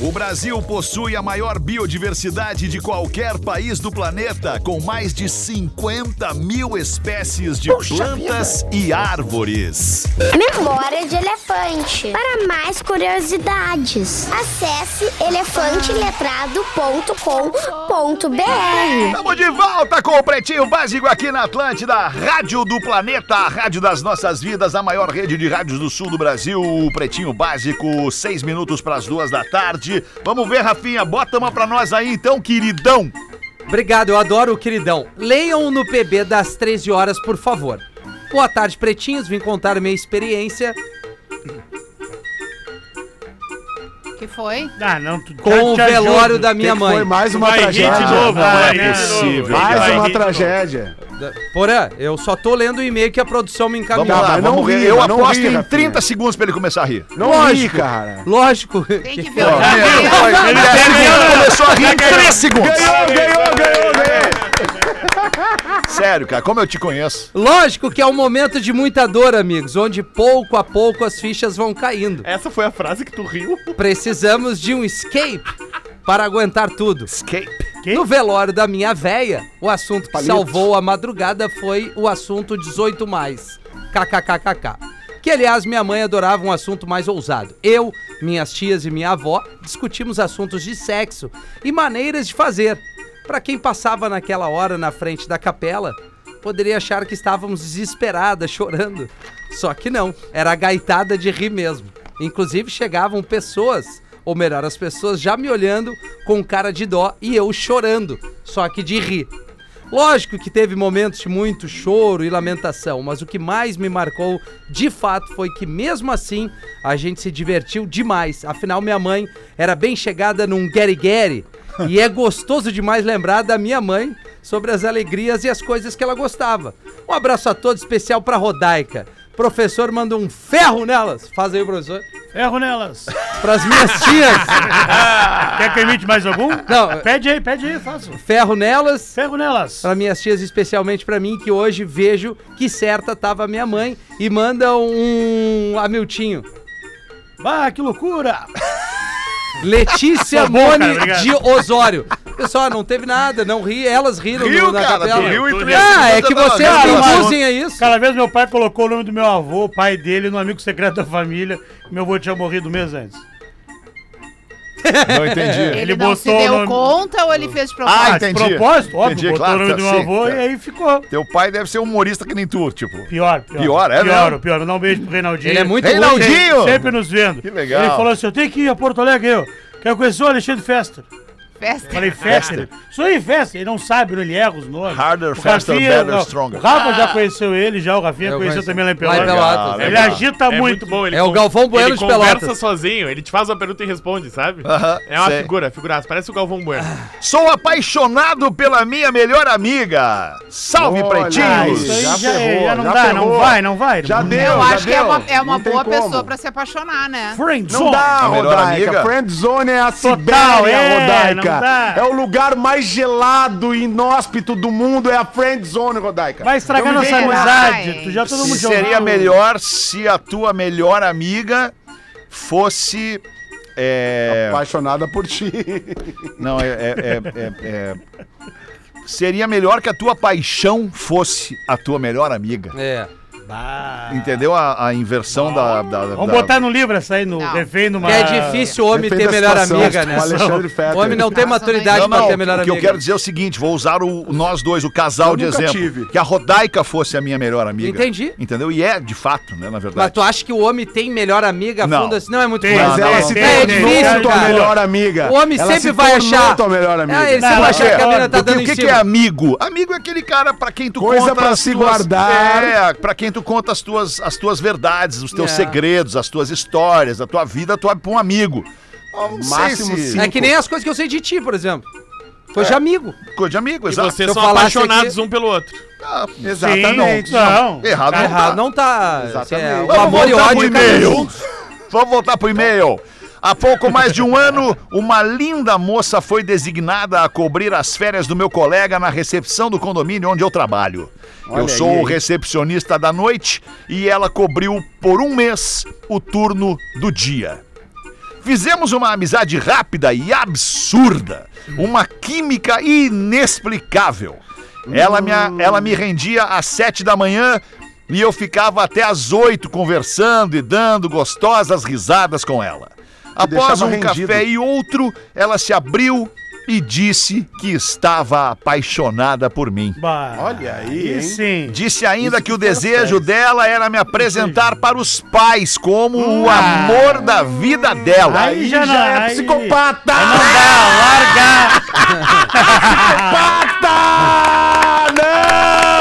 D: O Brasil possui a maior biodiversidade de qualquer país do planeta, com mais de 50 mil espécies de plantas e árvores.
G: Memória de elefante. Para mais curiosidades, acesse elefanteletrado.com.br.
D: Estamos de volta com o Pretinho Básico aqui na Atlântida, a Rádio do Planeta, a Rádio das Nossas Vidas, a maior rede de rádios do sul do Brasil. O Pretinho Básico, seis minutos para as duas da tarde. Vamos ver, Rafinha, bota uma pra nós aí então, queridão.
E: Obrigado, eu adoro o queridão. Leiam no PB das 13 horas, por favor. Boa tarde, pretinhos. Vim contar minha experiência
F: Que foi?
H: Ah, não, tu
E: com o velório da minha mãe.
I: Foi mais uma
H: Vai rir de
I: tragédia.
H: novo,
I: Não
H: vai
I: é
H: rir de
I: possível.
H: novo. Vai
I: Mais
H: rir de
I: uma
H: novo.
I: tragédia.
E: Porã, eu só tô lendo o e-mail que a produção me encaminhou.
D: Vamos lá,
I: mas não
D: vamos ver.
I: ri,
D: Eu
I: mas não
D: aposto
I: ri,
D: em
I: Rafinha.
D: 30 segundos pra ele começar a rir.
I: Não ri,
E: Lógico.
I: cara.
E: Lógico.
F: Tem
E: que-
F: que ver o que
D: Ele
F: é.
D: começou a rir em 3 segundos.
I: Ganhou, ganhou, ganhou, ganhou.
D: Sério, cara, como eu te conheço.
E: Lógico que é um momento de muita dor, amigos, onde pouco a pouco as fichas vão caindo.
I: Essa foi a frase que tu riu?
E: Precisamos de um escape para aguentar tudo.
D: Escape.
E: No velório da minha véia, o assunto que salvou a madrugada foi o assunto 18 mais. KKKKK. Que aliás, minha mãe adorava um assunto mais ousado. Eu, minhas tias e minha avó discutimos assuntos de sexo e maneiras de fazer. Pra quem passava naquela hora na frente da capela, poderia achar que estávamos desesperadas, chorando. Só que não, era a gaitada de rir mesmo. Inclusive chegavam pessoas ou melhor, as pessoas já me olhando com cara de dó e eu chorando, só que de rir. Lógico que teve momentos de muito choro e lamentação, mas o que mais me marcou de fato foi que, mesmo assim, a gente se divertiu demais. Afinal, minha mãe era bem chegada num guerigueri e é gostoso demais lembrar da minha mãe sobre as alegrias e as coisas que ela gostava. Um abraço a todos, especial pra Rodaica. Professor manda um ferro nelas. Faz aí, professor.
G: Erro nelas.
E: Pras minhas tias.
G: Quer que eu imite mais algum? Ah,
E: Não.
G: Pede aí, pede aí, eu faço.
E: Ferro nelas.
G: Ferro nelas.
E: Pra minhas tias, especialmente pra mim, que hoje vejo que certa tava minha mãe e manda um Hamiltinho.
G: Ah, que loucura.
E: Letícia
G: Tá bom, cara,
E: Mone
G: obrigado.
E: de Osório. Pessoal, não teve nada, não ri, elas riram
D: Riu,
E: no- na
D: cara,
E: capela.
D: tu riu e tu
E: Ah, é
D: tu
E: que
D: tava-
E: vocês
D: Cara,
E: produzem, é isso?
G: Cada vez meu pai colocou o nome do meu avô, o pai dele, no amigo secreto da família. Meu avô tinha morrido um mês antes.
D: Não entendi.
G: É.
F: Ele,
G: Ele
F: não
G: botou
F: se
G: o
F: deu
G: nome-
F: conta ou ele fez de
D: Ah,
F: propósito?
D: entendi.
G: de propósito, óbvio,
D: Entendi,
G: botou
D: claro,
G: o
I: tá
G: nome do meu
D: sim,
G: avô
D: claro.
G: e aí ficou.
D: Teu pai deve ser humorista que nem tu, tipo.
G: Pior, pior.
D: Pior, é
G: Pior,
D: mesmo?
G: pior. Dá um beijo pro Reinaldinho.
E: Ele é muito ruim.
D: Reinaldinho!
G: Sempre nos vendo.
D: Que legal.
G: Ele falou assim: eu tenho que ir a Porto Alegre, eu. Quero conhecer o Alexandre Fester.
F: Festa. <laughs>
G: Falei, Fester. Isso aí, Fester. Ele não sabe, ele erra os nomes.
D: Harder,
G: O
D: faster,
G: Rafinha-
D: better,
G: não,
D: stronger.
G: O Rafa já conheceu ele, já. O Rafinha
E: Eu
G: conheceu
E: conheci.
G: também lá em
E: Lá em
G: Pelotas.
E: Pelotas,
G: Ele
E: é.
G: agita
I: É
G: muito.
I: muito bom. Ele
E: É o
I: con-
E: Galvão Bueno
I: ele
E: de
I: conversa
E: Pelotas.
I: sozinho, ele te faz uma pergunta e responde, sabe?
D: Aham,
I: é uma
D: sei.
I: figura, figuraça. Parece o Galvão Bueno.
D: Sou apaixonado pela minha melhor amiga. Salve,
H: Olha
G: Ah,
D: pretinhos!
G: isso aí
H: Já
G: já, é,
H: ferrou,
G: já não
H: já
G: dá,
H: ferrou.
G: não vai, não vai.
H: Já
G: não
H: deu,
F: Eu
H: já
F: acho que é
H: deu.
F: uma, é uma
H: Não tem
F: boa
H: como.
F: pessoa pra se apaixonar, né?
G: Friend
H: Não dá,
D: A melhor
H: Rodaica.
D: amiga.
H: Friendzone é a
G: Total,
H: Sibéria,
G: é, não dá.
H: Rodaica. É o lugar mais gelado e inóspito do mundo, é a Friendzone, Rodaica.
G: Vai estragar
H: Então me
G: nossa
H: vem com
F: essa.
G: amizade.
F: Ai.
G: Tu já todo mundo já
D: Seria
G: ouviu.
D: melhor se a tua melhor amiga fosse. é,
H: Apaixonada por ti.
D: Não, é, é- é- é- é- Seria melhor que a tua paixão fosse a tua melhor amiga.
E: É.
D: Entendeu a, a inversão da, da- da-
G: Ah. Vamos botar no livro essa aí, no
F: Não.
G: refém, numa...
E: Que é difícil o homem
H: Depende
E: ter
H: da
E: melhor
H: situação,
E: amiga,
H: tipo
E: né?
H: o Alexandre Fetter.
E: O homem não tem
F: Nossa,
E: maturidade
D: Não,
F: mas-
E: pra
D: não,
E: ter melhor
D: o que
E: amiga.
D: eu quero dizer é o seguinte, vou usar o, nós dois, o casal
H: Eu
D: de
H: nunca
D: exemplo.
H: tive.
D: Que a Rodaica fosse a minha melhor amiga.
E: Entendi.
D: Entendeu? E é, de fato, né, na
E: Mas
D: verdade.
E: tu acha que o homem tem melhor amiga?
D: Não.
E: Fundo assim, não é muito
G: Tem,
H: Mas
E: claro.
D: não,
H: ela
D: não.
H: se
E: É
H: tornou
E: difícil,
H: tua
E: cara.
H: melhor amiga.
E: O homem
H: Ela
E: sempre
H: se
E: vai
H: tornou
E: achar.
H: tua melhor amiga.
E: É, ele
G: Não,
E: sempre vai achar
D: é,
E: que a mina tá
D: porque
E: dando
D: o que,
E: em
D: que
E: cima.
D: é amigo? Amigo é aquele cara pra quem tu
H: Coisa
D: conta
H: pra
D: as
H: se
D: tuas-
H: guardar.
D: É, pra quem tu conta as tuas, as tuas verdades, os teus
E: É.
D: segredos, as tuas histórias, a tua vida, tu abre pra um amigo. Eu Não
H: Máximo
D: sei se...
E: É que nem as coisas que eu sei de ti, por exemplo. Foi de
H: É.
E: amigo.
D: Ficou de amigo,
I: E
D: exato.
I: vocês
E: eu
I: são
E: falasse
I: apaixonados
E: aqui-
I: um pelo outro.
D: Ah,
G: Exatamente. Não.
D: Errado
E: Tá
D: não
E: errado,
D: tá.
E: não tá.
H: Exatamente.
E: assim, é, o
D: Vamos
E: amor e
D: voltar
H: um
E: ódio um.
D: pro
E: caminham
D: e-mail.
E: juntos.
D: Vamos voltar pro e-mail. Há pouco mais de um ano, uma linda moça foi designada a cobrir as férias do meu colega na recepção do condomínio onde eu trabalho. eu sou o recepcionista da noite e ela cobriu por um mês o turno do dia. Fizemos uma amizade rápida e absurda, uma química inexplicável. Ela me, ela me rendia às sete da manhã e eu ficava até às oito conversando e dando gostosas risadas com ela. Após
H: deixava
D: um
H: rendido.
D: café e outro, ela se abriu e disse que estava apaixonada por mim.
G: Bah,
H: Olha aí, hein?
G: sim.
D: Disse ainda que o desejo dela era me apresentar para os pais como o
G: Ah.
D: amor da vida dela.
G: Aí já não,
H: é
G: aí-
H: psicopata!
G: larga!
H: Pata!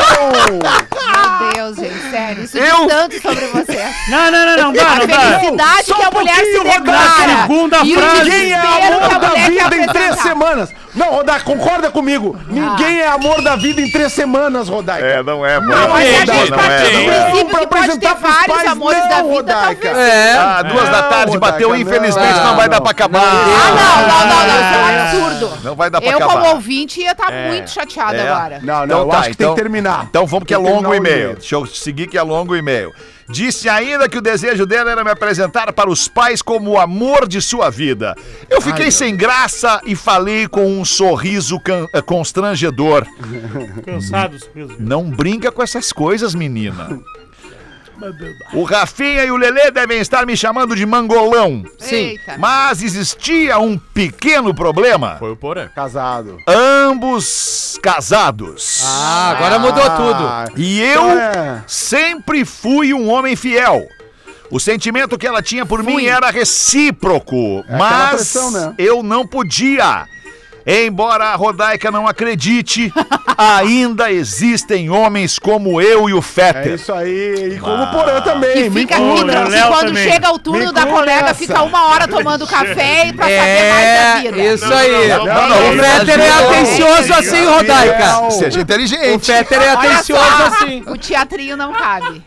H: Não!
F: Meu Deus, gente, sério. Isso
D: Eu-
F: diz tanto sobre você.
G: Não, não, não, não,
F: A
G: dá, não dá.
F: felicidade
H: Só
F: que a
H: um
F: mulher se
H: pouquinho, Rodaica.
F: declara.
G: Segunda
F: e o
G: frase.
H: Quem é
F: desespero que
H: amor
F: a
H: da
F: mulher quer
H: vida em três
F: apresentar.
H: semanas? Não, Rodaica, concorda comigo. Ninguém é amor da vida em três semanas, Rodaica.
I: É, não é, mano.
F: Não, mas a
I: Não,
F: gente
I: não
F: parte
I: é,
F: do
I: não é.
F: princípio
H: pra
F: que pode ter
H: apresentar pros
F: vários
H: pais,
F: amores
H: não,
F: da vida,
H: Rodaica.
F: talvez.
E: É.
D: Ah, duas da tarde
H: Rodaica,
D: bateu,
H: não.
D: infelizmente não,
E: Ah,
D: vai dar
E: não.
D: pra acabar.
F: Ah, não, não, não, não, isso é um absurdo.
D: Não vai dar pra
F: eu,
D: acabar.
F: como ouvinte, ia estar muito chateada
D: É.
F: agora.
H: Não, não,
D: Então
H: eu
D: tá,
H: acho que
D: então-
H: tem que terminar.
D: Então vamos que é
H: Tem
D: longo o
H: terminar
D: e-mail. Deixa eu seguir que é longo o e-mail. Disse ainda que o desejo dela era me apresentar para os pais como o amor de sua vida. Eu fiquei sem graça e falei com um sorriso can- eh, constrangedor.
G: Cansado, sorriso.
D: Não brinca com essas coisas, menina. O Rafinha e o Lelê devem estar me chamando de mangolão.
E: Sim.
F: Eita.
D: Mas existia um pequeno problema.
I: Foi o Porã.
H: Casado.
D: Ambos casados.
E: Ah, agora mudou tudo.
D: E eu
H: Ah. É.
D: sempre fui um homem fiel. O sentimento que ela tinha por mim era recíproco,
H: É aquela
D: mas
H: pressão, né?
D: eu não podia. Embora a Rodaica não acredite,
H: <laughs>
D: ainda existem homens como eu e o
H: É
D: Fetter. Ah.
H: isso aí. E como o Porã também.
F: Que
H: me
F: fica
G: inclui,
F: aqui,
G: né?
F: Drops,
G: Léo
F: quando
G: também.
F: chega o turno
H: Me
F: da
H: inclui
F: colega,
H: nessa.
F: fica uma hora tomando café e pra
E: É,
F: saber mais da vida.
E: isso aí.
I: não, não,
D: não, não,
E: o Fetter é
D: não,
E: atencioso
I: não,
E: assim,
I: não,
E: Rodaica.
H: não.
D: Seja
E: O
D: inteligente.
E: Fetter é
F: Olha
E: atencioso
F: só,
E: assim.
F: O teatrinho não cabe.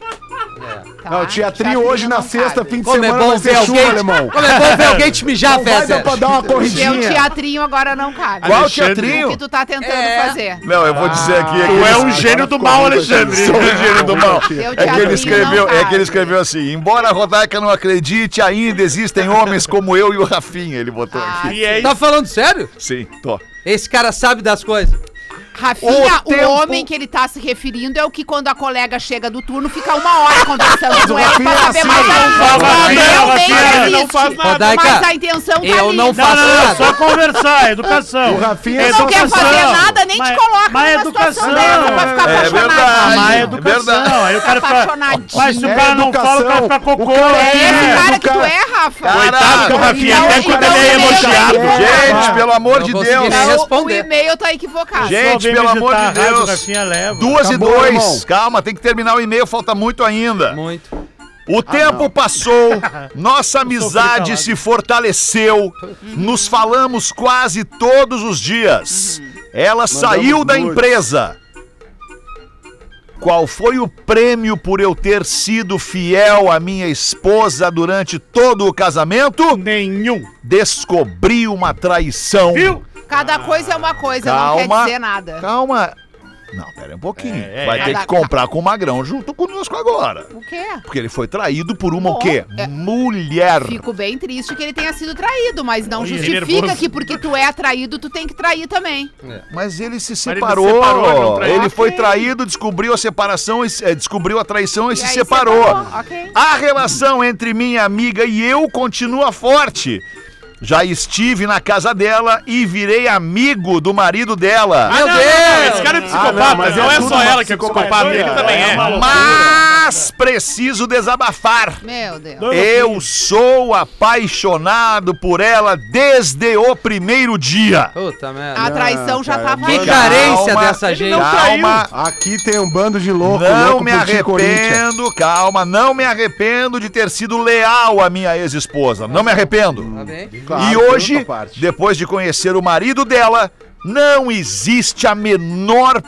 F: Tá?
H: Não, teatrinho
F: Teatrinho
H: hoje na
F: não
H: sexta,
F: cabe.
H: fim de
E: Como é
H: semana
E: bom
H: vai
E: ver
H: ser
E: alguém.
H: chuva, alemão.
E: Como é bom ver alguém te mijar,
H: Não vai dar
E: Fetter.
H: pra dar uma
F: Seu
H: corridinha.
F: é teatrinho agora não cabe.
D: Qual
I: Alexandre.
F: O que
D: teatrinho?
F: tu tá tentando
E: É.
F: fazer.
D: Não, eu vou dizer aqui.
I: Tu é um
D: eles-
I: gênio do mal, Alexandre.
D: Sou um gênio do mal.
F: Seu
D: É que
F: teatrinho
D: ele escreveu, é
F: não
D: que ele
F: cabe.
D: escreveu assim: embora a Rodaica não acredite, ainda existem homens como eu e o Rafinha. Ele botou
F: Ah,
D: aqui.
I: E é isso.
E: Tá falando sério?
D: Sim, tô.
E: Esse cara sabe das coisas.
F: Rafinha,
D: O
F: o,
D: tempo-
F: homem que ele tá se referindo é o que quando a colega chega do turno fica uma hora conversando com ela
H: Rafinha
F: pra
H: é
F: saber
H: assim,
F: mais da
H: Rafinha.
F: vida.
G: Rafinha,
F: Realmente
G: Rafinha,
I: não
F: existe,
I: faz nada.
F: Mas
E: Rodaica,
F: a intenção tá
E: eu
F: ali.
E: não
G: Não,
E: faço
G: não, não,
E: nada.
G: só conversar, educação.
H: O Rafinha
F: Tu
H: é
F: não
H: só
F: quer fazer
G: Educação.
F: nada, nem
G: Mas-
F: te coloca
G: mas
F: numa
G: educação.
F: situação dessa pra ficar
D: É
F: apaixonado.
D: verdade.
G: Má
D: É verdade.
G: educação. Aí o cara fica.
F: Apaixonadinho.
G: Mas se o
H: É
G: cara não
H: educação.
G: fala, o cara fica cocô.
H: O cara
F: É esse
H: É,
F: cara
H: o
F: que tu
H: cara-
F: é, Rafa.
I: Coitado que o Rafinha
F: Então,
I: até quando
F: então
I: ele é
F: ele é
I: elogiado.
F: gênio.
D: Gente, pelo amor
E: Não
D: de
E: consegui
D: Deus.
E: nem
F: Então, o
E: responder.
F: e-mail tá equivocado.
D: Gente,
G: Só vem
D: pelo amor
G: visitar
D: de
G: a rádio,
D: Deus.
G: Rafinha leva.
D: Duas e
H: Acabou, irmão.
D: dois. Calma, tem que terminar o e-mail, falta muito ainda.
E: Muito.
D: O tempo passou, nossa amizade
G: calado.
D: se fortaleceu, nos falamos quase todos os dias. Ela saiu da
H: nudes.
D: empresa. Qual foi o prêmio por eu ter sido fiel à minha esposa durante todo o casamento?
G: Nenhum.
D: Descobri uma traição.
G: Viu?
F: Cada coisa é uma coisa, não
D: Calma.
F: quer dizer nada.
D: Calma. Não, pera aí um pouquinho.
I: É, é,
D: Vai
I: é.
D: ter que comprar com o Magrão junto conosco agora.
F: O quê?
D: Porque ele foi traído por uma o
F: Bom,
D: quê?
F: é.
D: Mulher.
F: Fico bem triste que ele tenha sido traído, mas não
G: Ih,
F: justifica
G: nervoso.
F: que porque tu é traído, tu tem que trair também.
D: Mas ele se
I: ele
D: separou. ele
I: separou, não traiu.
F: Ok.
D: foi traído, descobriu a separação, e se- eh, descobriu a traição e,
F: E
D: se
F: aí
D: separou.
F: Ok.
D: A relação entre minha amiga e eu continua forte. Já estive na casa dela e virei amigo do marido dela.
I: Ah,
E: Meu
I: não, não,
E: Deus!
I: não, Esse cara é
H: Ah,
I: psicopata.
H: não,
I: não,
H: mas é
I: é
H: tudo
I: só
H: uma
I: ela que é psicopata.
H: psicopatia.
I: Ele também
G: É
I: é.
G: uma loucura.
D: Mas preciso desabafar.
F: Meu Deus.
D: Eu sou apaixonado por ela desde o primeiro dia.
E: Puta merda.
F: A traição já tá
H: cara,
F: tava
E: Que
F: lá.
E: carência
D: Calma.
E: dessa
I: Ele
E: gente.
I: não traiu.
D: Calma,
H: Aqui tem um bando de louco,
D: Então não
H: louco
D: me
H: por ti, Corinthians.
D: arrependo, calma, não me arrependo de ter sido leal à minha ex-esposa. Não me
E: Tá
D: arrependo.
E: bem?
H: Claro,
D: e
H: tem outra
D: hoje,
H: parte.
D: depois de conhecer o marido dela, não existe a menor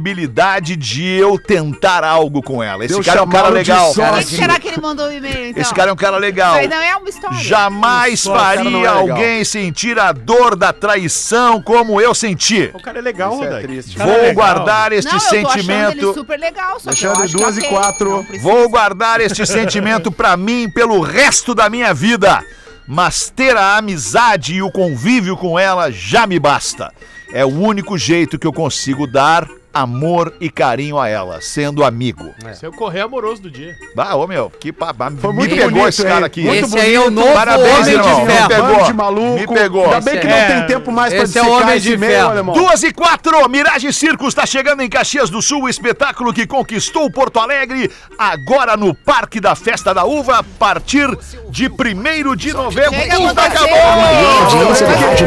D: possibilidade de eu tentar algo com ela. Esse
H: Eu
D: cara é um cara
H: chamaram de
D: legal.
H: sócio.
F: Por que que será que ele mandou o e-mail, então?
D: Esse cara é um cara legal. um
F: Isso aí não é uma história.
D: Jamais
H: Só, cara, não é
D: faria
H: legal.
D: alguém sentir a dor da traição como eu senti.
I: O cara é legal,
H: Isso é
I: Rodaica.
H: triste.
G: Cara
D: Vou
G: legal.
D: guardar este
F: Não, eu tô achando ele
D: sentimento.
F: super legal, só
H: Alexandre,
F: que eu acho
H: duas e
F: que ok,
H: quatro.
F: não precisa.
D: Vou guardar este sentimento pra mim pelo resto da minha vida. Mas ter a amizade e o convívio com ela já me basta. É o único jeito que eu consigo dar amor e carinho a ela, sendo amigo.
I: Esse é o correio amoroso do dia.
D: Ah, ô meu, que papá. Me
H: muito
D: pegou
H: bonito,
D: esse cara
H: hein?
D: aqui.
H: Muito
E: Esse aí é o novo
D: Parabéns,
E: homem
D: irmão.
E: de ferro.
D: Pegou.
H: Bando de maluco.
D: Me pegou.
H: Ainda bem que
G: É.
H: não tem tempo mais pra
E: Esse é o
H: dissecar
E: homem
H: esse
E: de
H: e-mail,
E: ferro.
H: alemão.
D: 2 e 4, Mirage Circos está chegando em Caxias do Sul, o espetáculo que conquistou Porto Alegre, agora no Parque da Festa da Uva, a partir de 1 de novembro.
F: Chega,
D: Puta,
F: aconteceu.
D: acabou!
F: Gente,
H: Não sei o quê.